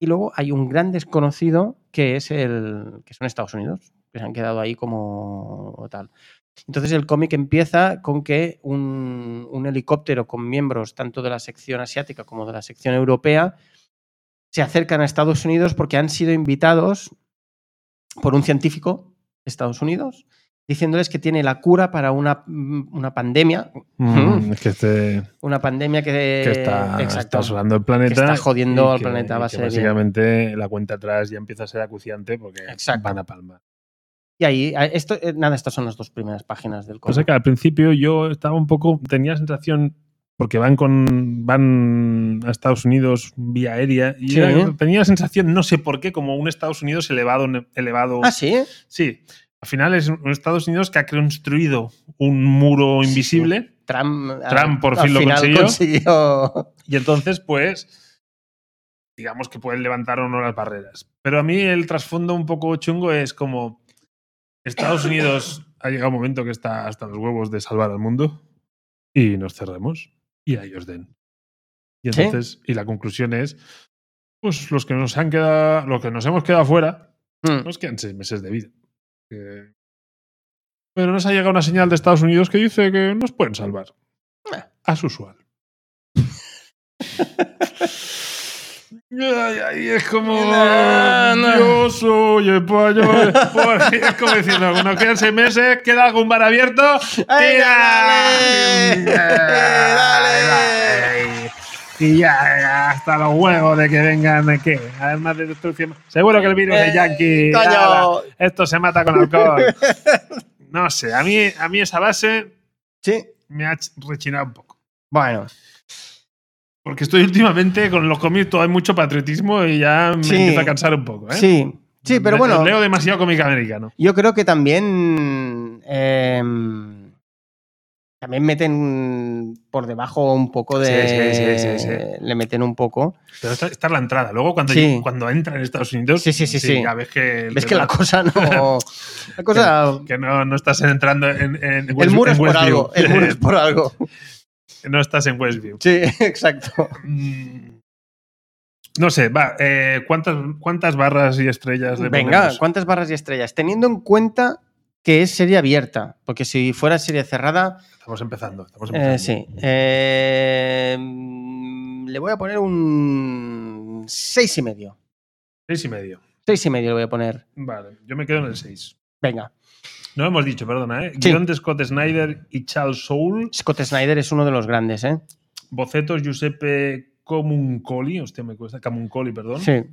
Speaker 2: y luego hay un gran desconocido que es el que son Estados Unidos que se han quedado ahí como tal entonces el cómic empieza con que un, un helicóptero con miembros tanto de la sección asiática como de la sección europea se acercan a Estados Unidos porque han sido invitados por un científico de Estados Unidos diciéndoles que tiene la cura para una, una pandemia, Mm,
Speaker 1: es que, este,
Speaker 2: una pandemia que,
Speaker 1: que está,
Speaker 2: exacto,
Speaker 1: está sonando el planeta.
Speaker 2: que está jodiendo
Speaker 1: y
Speaker 2: al
Speaker 1: que- y
Speaker 2: planeta a
Speaker 1: que
Speaker 2: base de bien.
Speaker 1: Básicamente la cuenta atrás ya empieza a ser acuciante porque
Speaker 2: Exacto.
Speaker 1: van a palmar.
Speaker 2: Y ahí, a- esto, eh, nada, estas son las dos primeras páginas del
Speaker 1: Cosa
Speaker 2: cómic.
Speaker 1: Pues que al principio yo estaba un poco. Tenía la sensación. Porque van con. van a Estados Unidos vía aérea. Y
Speaker 2: Sí.
Speaker 1: era- tenía la sensación, no sé por qué, como un Estados Unidos elevado. elevado
Speaker 2: Ah, sí,
Speaker 1: Sí, al final es un Estados Unidos que ha construido un muro
Speaker 2: Sí,
Speaker 1: invisible
Speaker 2: Trump, al-
Speaker 1: Trump por
Speaker 2: al
Speaker 1: fin lo
Speaker 2: final
Speaker 1: consiguió.
Speaker 2: consiguió.
Speaker 1: y entonces, pues, digamos que pueden levantar o no las barreras. Pero a mí el trasfondo un poco chungo es como Estados Unidos ha llegado un momento que está hasta los huevos de salvar al mundo y nos cerramos y a ellos den. Y
Speaker 2: Sí.
Speaker 1: entonces, y la conclusión es, pues los que nos han quedado, los que nos hemos quedado fuera,
Speaker 2: Mm.
Speaker 1: nos quedan seis meses de vida. Eh, Pero nos ha llegado una señal de Estados Unidos que dice que nos pueden salvar. A su usual. Ay, ay, es como. pues
Speaker 2: No, no.
Speaker 1: Yo soy español. Por- es como diciendo, bueno, quedan seis meses, queda algún bar abierto.
Speaker 2: ¡Ay,
Speaker 1: ¡Tira!
Speaker 2: dale! ¡Dale!
Speaker 1: Y ya, hasta los huevos de que vengan de qué. Además de destrucción. Seguro que el virus
Speaker 2: Eh,
Speaker 1: de Yankee.
Speaker 2: coño.
Speaker 1: ala, Esto se mata con alcohol. No sé, a mí, a mí esa base
Speaker 2: Sí.
Speaker 1: me ha ch- rechinado un poco.
Speaker 2: Bueno,
Speaker 1: Porque estoy últimamente con los cómics, todo hay mucho patriotismo y ya me
Speaker 2: Sí.
Speaker 1: empieza a cansar un poco. ¿eh?
Speaker 2: sí. Sí, pero
Speaker 1: Me-
Speaker 2: bueno,
Speaker 1: Leo demasiado cómic americano.
Speaker 2: yo creo que también. eh, también meten por debajo un poco de.
Speaker 1: Sí, sí, sí, sí,
Speaker 2: Le meten un poco.
Speaker 1: Pero esta, esta es la entrada. Luego, cuando,
Speaker 2: Sí.
Speaker 1: yo- cuando entra en Estados Unidos,
Speaker 2: Sí, sí, sí, sí.
Speaker 1: ya ves que,
Speaker 2: Ves que la cosa no. La cosa.
Speaker 1: que no, no estás entrando en, en- en
Speaker 2: El
Speaker 1: West-
Speaker 2: muro
Speaker 1: en
Speaker 2: es por
Speaker 1: Westview.
Speaker 2: algo. El muro es por algo.
Speaker 1: no estás en Westview.
Speaker 2: Sí, exacto.
Speaker 1: Mm. No sé, va. eh, ¿cuántas, ¿Cuántas barras y estrellas le
Speaker 2: Venga,
Speaker 1: ponemos?
Speaker 2: ¿cuántas barras y estrellas? Teniendo en cuenta que es serie abierta, porque si fuera serie cerrada,
Speaker 1: Estamos empezando. Estamos empezando.
Speaker 2: eh, sí. Eh, mm, le voy a poner un seis y medio.
Speaker 1: Seis y medio.
Speaker 2: Seis y medio le voy a poner.
Speaker 1: Vale, yo me quedo en el seis.
Speaker 2: Venga.
Speaker 1: No lo hemos dicho, perdona, ¿eh?
Speaker 2: Sí.
Speaker 1: Guión de Scott Snyder y Charles Soule.
Speaker 2: Scott Snyder es uno de los grandes, ¿eh?
Speaker 1: Bocetos Giuseppe Comuncoli. Hostia, me cuesta. Camuncoli, perdón.
Speaker 2: Sí.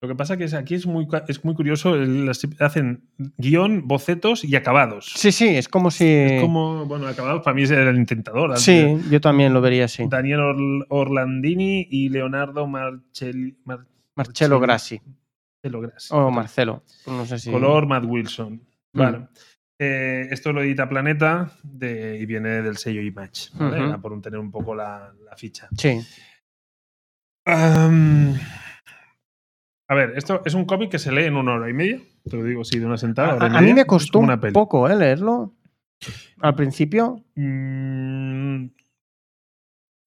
Speaker 1: Lo que pasa que es, aquí es muy, ca- es muy curioso. el- las- hacen guión, bocetos y acabados.
Speaker 2: Sí, sí, es como si.
Speaker 1: Es como, bueno, acabados para mí es el intentador. antes.
Speaker 2: Sí, yo también lo vería así.
Speaker 1: Daniel Orl- Orlandini y Leonardo Marcelli.
Speaker 2: Marcelo
Speaker 1: Sí.
Speaker 2: Grassi.
Speaker 1: Marcelo Grassi.
Speaker 2: O Marcelo. No sé si.
Speaker 1: Color Matt Wilson.
Speaker 2: Mm.
Speaker 1: Vale. Eh, esto lo edita Planeta de- y viene del sello Image. ¿vale?
Speaker 2: Ujú.
Speaker 1: Era por un- tener un poco la, la ficha.
Speaker 2: Sí.
Speaker 1: Am, a ver, esto es un cómic que se lee en una hora y media. Te lo digo, sí, de una sentada. hora y
Speaker 2: A, a mí
Speaker 1: media.
Speaker 2: me
Speaker 1: Es
Speaker 2: costó
Speaker 1: como
Speaker 2: un
Speaker 1: una peli.
Speaker 2: poco ¿eh? leerlo. Al principio.
Speaker 1: Mm,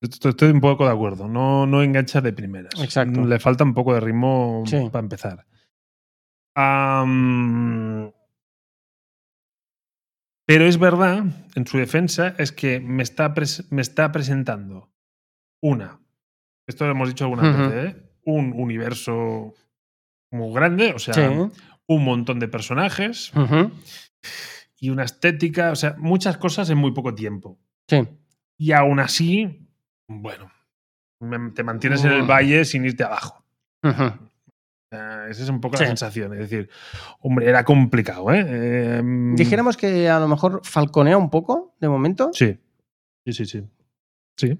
Speaker 1: esto- estoy un poco de acuerdo. No, no engancha de primeras.
Speaker 2: Exacto.
Speaker 1: Le falta un poco de ritmo
Speaker 2: Sí.
Speaker 1: para empezar. Am, pero es verdad, en su defensa, es que me está, pres- me está presentando una. Esto lo hemos dicho algunas
Speaker 2: Ujú.
Speaker 1: veces, ¿eh? Un universo muy grande, o sea,
Speaker 2: Sí. Mm.
Speaker 1: un montón de personajes
Speaker 2: Ujú.
Speaker 1: y una estética, o sea, muchas cosas en muy poco tiempo.
Speaker 2: Sí.
Speaker 1: Y aún así, bueno, me- te mantienes en el
Speaker 2: Mm.
Speaker 1: valle sin irte abajo.
Speaker 2: Ujú.
Speaker 1: Mm. O sea, esa es un poco
Speaker 2: Sí.
Speaker 1: la sensación. Es decir, hombre, era complicado, ¿eh? Eh, mm,
Speaker 2: Dijéramos que a lo mejor falconea un poco de momento.
Speaker 1: Sí. Sí, sí, sí. Sí.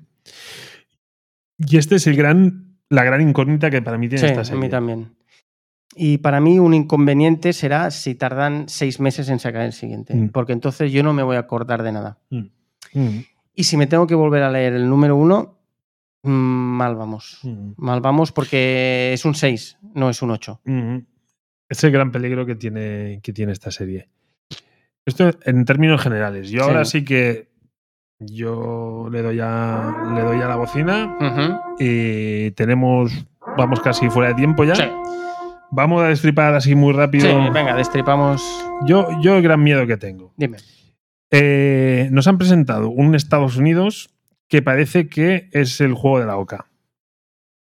Speaker 1: Y este es el gran, la gran incógnita que para mí tiene
Speaker 2: Sí,
Speaker 1: esta
Speaker 2: a mí
Speaker 1: serie.
Speaker 2: también. Y para mí un inconveniente será si tardan seis meses en sacar el siguiente,
Speaker 1: Mm.
Speaker 2: porque entonces yo no me voy a acordar de nada.
Speaker 1: Mm,
Speaker 2: Y si me tengo que volver a leer el número uno, mm, mal vamos.
Speaker 1: mm,
Speaker 2: Mal vamos porque es un 6, no es un 8.
Speaker 1: mm. Es el gran peligro que tiene, que tiene esta serie. Esto en términos generales. Yo
Speaker 2: Sí.
Speaker 1: ahora sí que yo le doy a, le doy a la bocina. Eh, tenemos, vamos casi fuera de tiempo ya.
Speaker 2: Sí,
Speaker 1: Vamos a destripar así muy rápido.
Speaker 2: sí, venga, destripamos.
Speaker 1: yo, yo el gran miedo que tengo.
Speaker 2: Dime.
Speaker 1: Eh, nos han presentado un Estados Unidos que parece que es el juego de la OCA.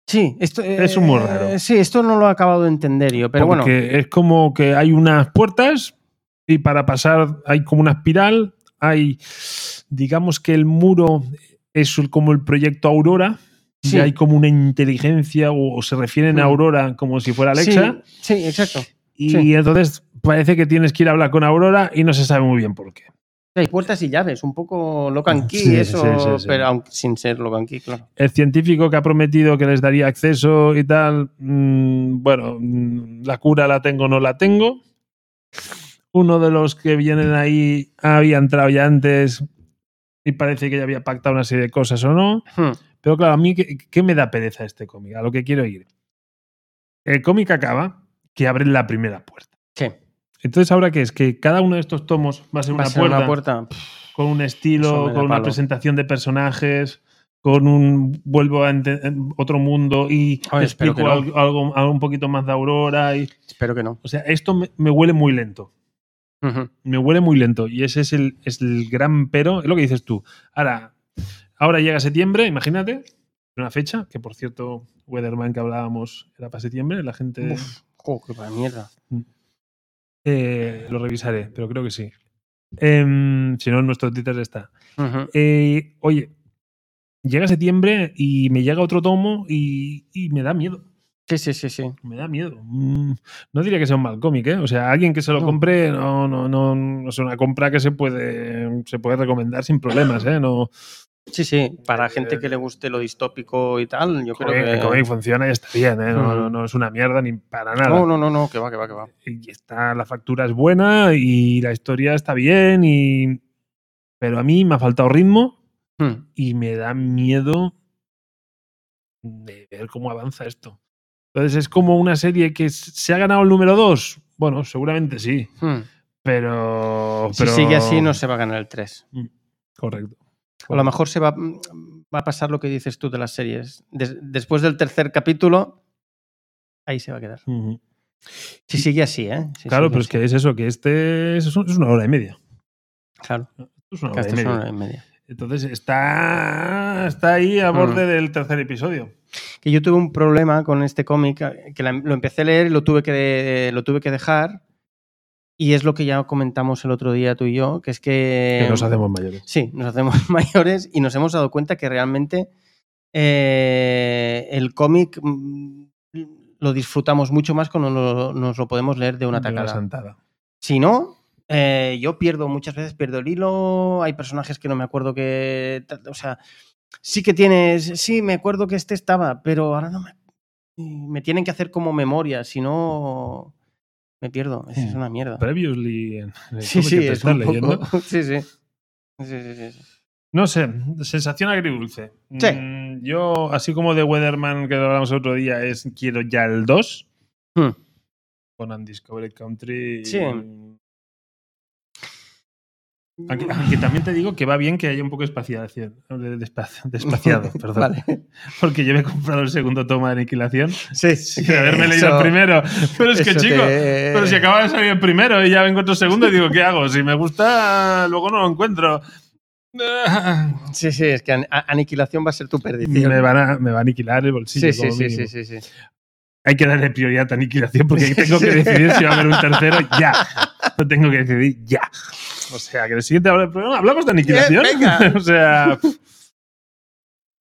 Speaker 2: Sí, esto eh,
Speaker 1: Es un muy raro.
Speaker 2: Sí, esto no lo he acabado de entender yo, pero bueno.
Speaker 1: Porque es como que hay unas puertas y para pasar hay como una espiral. Hay, digamos que el muro es el- como el proyecto Aurora.
Speaker 2: Sí.
Speaker 1: Y hay como una inteligencia o, o se refieren a
Speaker 2: Mm.
Speaker 1: Aurora como si fuera Alexa.
Speaker 2: Sí, sí, exacto.
Speaker 1: Y
Speaker 2: Sí.
Speaker 1: entonces parece que tienes que ir a hablar con Aurora y no se sabe muy bien por qué.
Speaker 2: Hay puertas y llaves, un poco lock and key,
Speaker 1: Sí,
Speaker 2: eso,
Speaker 1: sí, sí, sí.
Speaker 2: pero aunque sin ser lock and key, claro.
Speaker 1: El científico que ha prometido que les daría acceso y tal, mm, bueno, mm, la cura la tengo o no la tengo. Uno de los que vienen ahí había entrado ya antes y parece que ya había pactado una serie de cosas o no.
Speaker 2: Hmm.
Speaker 1: Pero claro, a mí, ¿qué, qué me da pereza este cómic? A lo que quiero ir. El cómic acaba que abren la primera puerta.
Speaker 2: Sí,
Speaker 1: Entonces, ¿ahora qué es? Que cada uno de estos tomos va a ser
Speaker 2: va a
Speaker 1: una
Speaker 2: ser
Speaker 1: puerta.
Speaker 2: una puerta. Pff,
Speaker 1: con un
Speaker 2: Eso me
Speaker 1: estilo,
Speaker 2: da
Speaker 1: con una
Speaker 2: palo.
Speaker 1: presentación de personajes, con un vuelvo a ente- en otro mundo y
Speaker 2: Ay, espero
Speaker 1: explico
Speaker 2: que no.
Speaker 1: algo, algo- algo un poquito más de Aurora. Y,
Speaker 2: Espero que no.
Speaker 1: o sea, esto me, me huele muy lento.
Speaker 2: Ujú.
Speaker 1: me huele muy lento. Y ese es el, es el gran pero, es lo que dices tú. Ahora, ahora llega septiembre, imagínate, una fecha, que por cierto, Weatherman que hablábamos era para septiembre, la gente
Speaker 2: Uf, jo, qué para mierda.
Speaker 1: eh, lo revisaré, pero creo que sí. Em, si no, en nuestro Twitter está.
Speaker 2: Ujú.
Speaker 1: Eh, oye, llega septiembre y me llega otro tomo y, y me da miedo.
Speaker 2: Sí, sí, sí, sí.
Speaker 1: Me da miedo. Mm, No diría que sea un mal cómic, ¿eh? O sea, alguien que se lo
Speaker 2: No.
Speaker 1: compre, no, no, no, no es una compra que se puede, se puede recomendar sin problemas, ¿eh? No,
Speaker 2: Sí, sí.
Speaker 1: Eh,
Speaker 2: Para gente que le guste lo distópico y tal, yo
Speaker 1: joder, el
Speaker 2: creo
Speaker 1: cómic
Speaker 2: que.
Speaker 1: funciona y está bien, ¿eh? No,
Speaker 2: Mm.
Speaker 1: no, no es una mierda ni para nada.
Speaker 2: No, no, no, no, que va, que va, que va.
Speaker 1: Y está, la factura es buena y la historia está bien y... Pero a mí me ha faltado ritmo
Speaker 2: Hmm.
Speaker 1: y me da miedo de ver cómo avanza esto. Entonces es como una serie que s- se ha ganado el número 2. Bueno, seguramente sí.
Speaker 2: Hmm.
Speaker 1: Pero,
Speaker 2: Si
Speaker 1: pero-
Speaker 2: sigue así, no se va a ganar el 3.
Speaker 1: Correcto.
Speaker 2: O a lo mejor se va, mm, va a pasar lo que dices tú de las series. Des- después del tercer capítulo, ahí se va a quedar.
Speaker 1: Ujú.
Speaker 2: Si sigue así, ¿eh? Si
Speaker 1: claro,
Speaker 2: sigue
Speaker 1: pero es
Speaker 2: así.
Speaker 1: que es eso, que este es, es una hora y media. este
Speaker 2: Claro,
Speaker 1: Es una hora
Speaker 2: hasta
Speaker 1: y
Speaker 2: es
Speaker 1: media.
Speaker 2: una
Speaker 1: Ah.
Speaker 2: hora y media.
Speaker 1: Entonces está, está ahí a
Speaker 2: Mm.
Speaker 1: borde del tercer episodio.
Speaker 2: Que yo tuve un problema con este cómic, eh, que la- lo empecé a leer y lo tuve, que, lo tuve que dejar. Y es lo que ya comentamos el otro día tú y yo, que es que...
Speaker 1: que nos hacemos mayores.
Speaker 2: Sí, nos hacemos mayores y nos hemos dado cuenta que realmente eh, el cómic mm, lo disfrutamos mucho más cuando lo- nos lo podemos leer de una
Speaker 1: De una
Speaker 2: tacada.
Speaker 1: sentada.
Speaker 2: Si no, eh, yo pierdo muchas veces, pierdo el hilo, hay personajes que no me acuerdo que... tal, O sea, sí que tienes, sí, me acuerdo que este estaba, pero ahora no me... y Me tienen que hacer como memoria, si no, me pierdo.
Speaker 1: Hmm.
Speaker 2: Es, es una mierda.
Speaker 1: Previously en en el
Speaker 2: Sí,
Speaker 1: cómic
Speaker 2: sí,
Speaker 1: que te
Speaker 2: es
Speaker 1: estás
Speaker 2: un poco-
Speaker 1: leyendo.
Speaker 2: Sí, sí. Sí, sí, sí, sí.
Speaker 1: No sé, sensación agridulce.
Speaker 2: Sí.
Speaker 1: Mm, yo, así como de Weatherman que lo hablamos el otro día, es quiero ya el 2
Speaker 2: Hmm.
Speaker 1: con Undiscovered Country. y-
Speaker 2: Sí.
Speaker 1: Aunque, aunque también te digo que va bien que haya un poco de espaciación, de, de espacio- de espaciado, perdón.
Speaker 2: Vale.
Speaker 1: Porque yo me he comprado el segundo tomo de Aniquilación
Speaker 2: Sí,
Speaker 1: sin haberme leído el primero. Pero es que, chico, pero si acaba de salir el primero y ya me encuentro el segundo y digo, ¿qué hago? Si me gusta, luego no lo encuentro. Ah,
Speaker 2: Sí, sí, es que an- a- aniquilación va a ser tu perdición.
Speaker 1: Me van, a, me va a aniquilar el bolsillo.
Speaker 2: sí, sí,
Speaker 1: como
Speaker 2: sí,
Speaker 1: mínimo.
Speaker 2: sí, sí, sí.
Speaker 1: Hay que darle prioridad a aniquilación porque tengo que
Speaker 2: Sí.
Speaker 1: decidir si va a haber un tercero ya. Lo tengo que decidir ya. O sea, que el siguiente habla del programa hablamos de aniquilación.
Speaker 2: Eh, venga.
Speaker 1: o sea.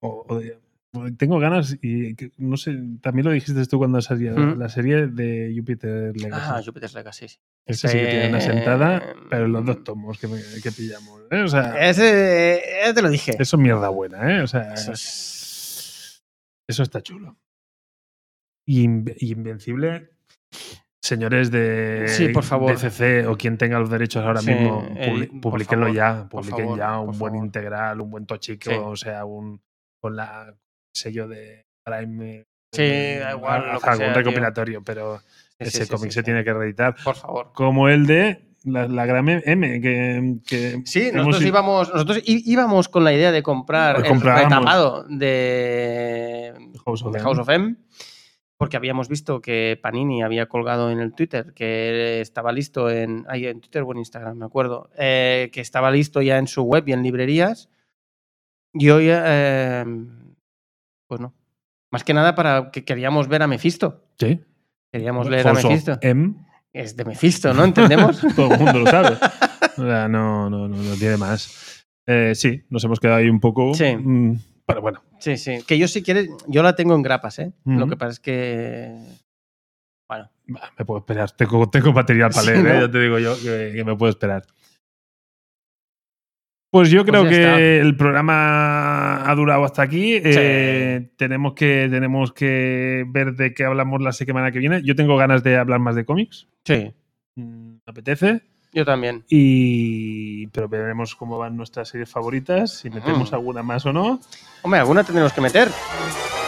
Speaker 1: o- o de- o tengo ganas y que- no sé, también lo dijiste tú cuando salía
Speaker 2: Mm.
Speaker 1: la serie de Jupiter Legacy.
Speaker 2: Ah, Jupiter's Legacy. sí.
Speaker 1: Ese sí que tiene una
Speaker 2: ese-
Speaker 1: sentada, pero los dos tomos que, me- que pillamos. ¿eh? O sea,
Speaker 2: Ese, eh, te lo dije.
Speaker 1: eso es mierda buena, ¿eh? O sea,
Speaker 2: Eso
Speaker 1: eso está chulo. Y Inve- y Invencible, señores de,
Speaker 2: Sí, por favor.
Speaker 1: DCC o quien tenga los derechos ahora
Speaker 2: Sí,
Speaker 1: mismo,
Speaker 2: eh,
Speaker 1: publi-
Speaker 2: por
Speaker 1: publiquenlo
Speaker 2: favor,
Speaker 1: ya.
Speaker 2: por
Speaker 1: Publiquen
Speaker 2: favor,
Speaker 1: ya
Speaker 2: por
Speaker 1: un buen
Speaker 2: favor.
Speaker 1: integral, un buen tochico,
Speaker 2: Sí.
Speaker 1: o sea, un con la sello de Prime. eh,
Speaker 2: Sí, da igual, lo
Speaker 1: haz
Speaker 2: que sea,
Speaker 1: algún
Speaker 2: tío.
Speaker 1: recopilatorio, pero
Speaker 2: Sí, sí,
Speaker 1: ese
Speaker 2: sí,
Speaker 1: cómic
Speaker 2: sí,
Speaker 1: se
Speaker 2: sí.
Speaker 1: tiene que reeditar
Speaker 2: Por favor.
Speaker 1: como el de la, la gran M, que, que
Speaker 2: Sí,
Speaker 1: hemos Pues
Speaker 2: nosotros
Speaker 1: ido-
Speaker 2: íbamos, nosotros í- íbamos con la idea de comprar
Speaker 1: Lo
Speaker 2: el
Speaker 1: comprábamos.
Speaker 2: retapado de
Speaker 1: House of
Speaker 2: de
Speaker 1: M.
Speaker 2: House of M, porque habíamos visto que Panini había colgado en el Twitter que estaba listo en, ay, en Twitter o en Instagram, me acuerdo, eh, que estaba listo ya en su web y en librerías. Y hoy, eh, pues no. Más que nada para que queríamos ver a Mephisto.
Speaker 1: Sí.
Speaker 2: Queríamos leer
Speaker 1: House
Speaker 2: a
Speaker 1: of
Speaker 2: Mephisto.
Speaker 1: M.
Speaker 2: Es de Mephisto, ¿no? ¿Entendemos?
Speaker 1: em, Todo el mundo lo sabe. O sea, no, no, no, no tiene más. Eh, sí, nos hemos quedado ahí un poco.
Speaker 2: Sí.
Speaker 1: mm, pero bueno,
Speaker 2: sí, sí. Que yo si quieres, yo la tengo en grapas, ¿eh? Lo
Speaker 1: Ujú.
Speaker 2: que pasa es que... Bueno,
Speaker 1: va, me puedo esperar. Tengo, tengo material para
Speaker 2: Sí,
Speaker 1: leer, ¿eh?
Speaker 2: ¿no?
Speaker 1: ya te digo yo que, que me puedo esperar. Pues yo creo
Speaker 2: ya
Speaker 1: que
Speaker 2: está.
Speaker 1: el programa ha durado hasta aquí. Eh, tenemos, que, tenemos que ver de qué hablamos la semana que viene. Yo tengo ganas de hablar más de cómics.
Speaker 2: sí.
Speaker 1: Mm, Me apetece.
Speaker 2: Yo también.
Speaker 1: Y, pero veremos cómo van nuestras series favoritas, si metemos
Speaker 2: Ujú.
Speaker 1: alguna más o no.
Speaker 2: Hombre, alguna tendremos que meter.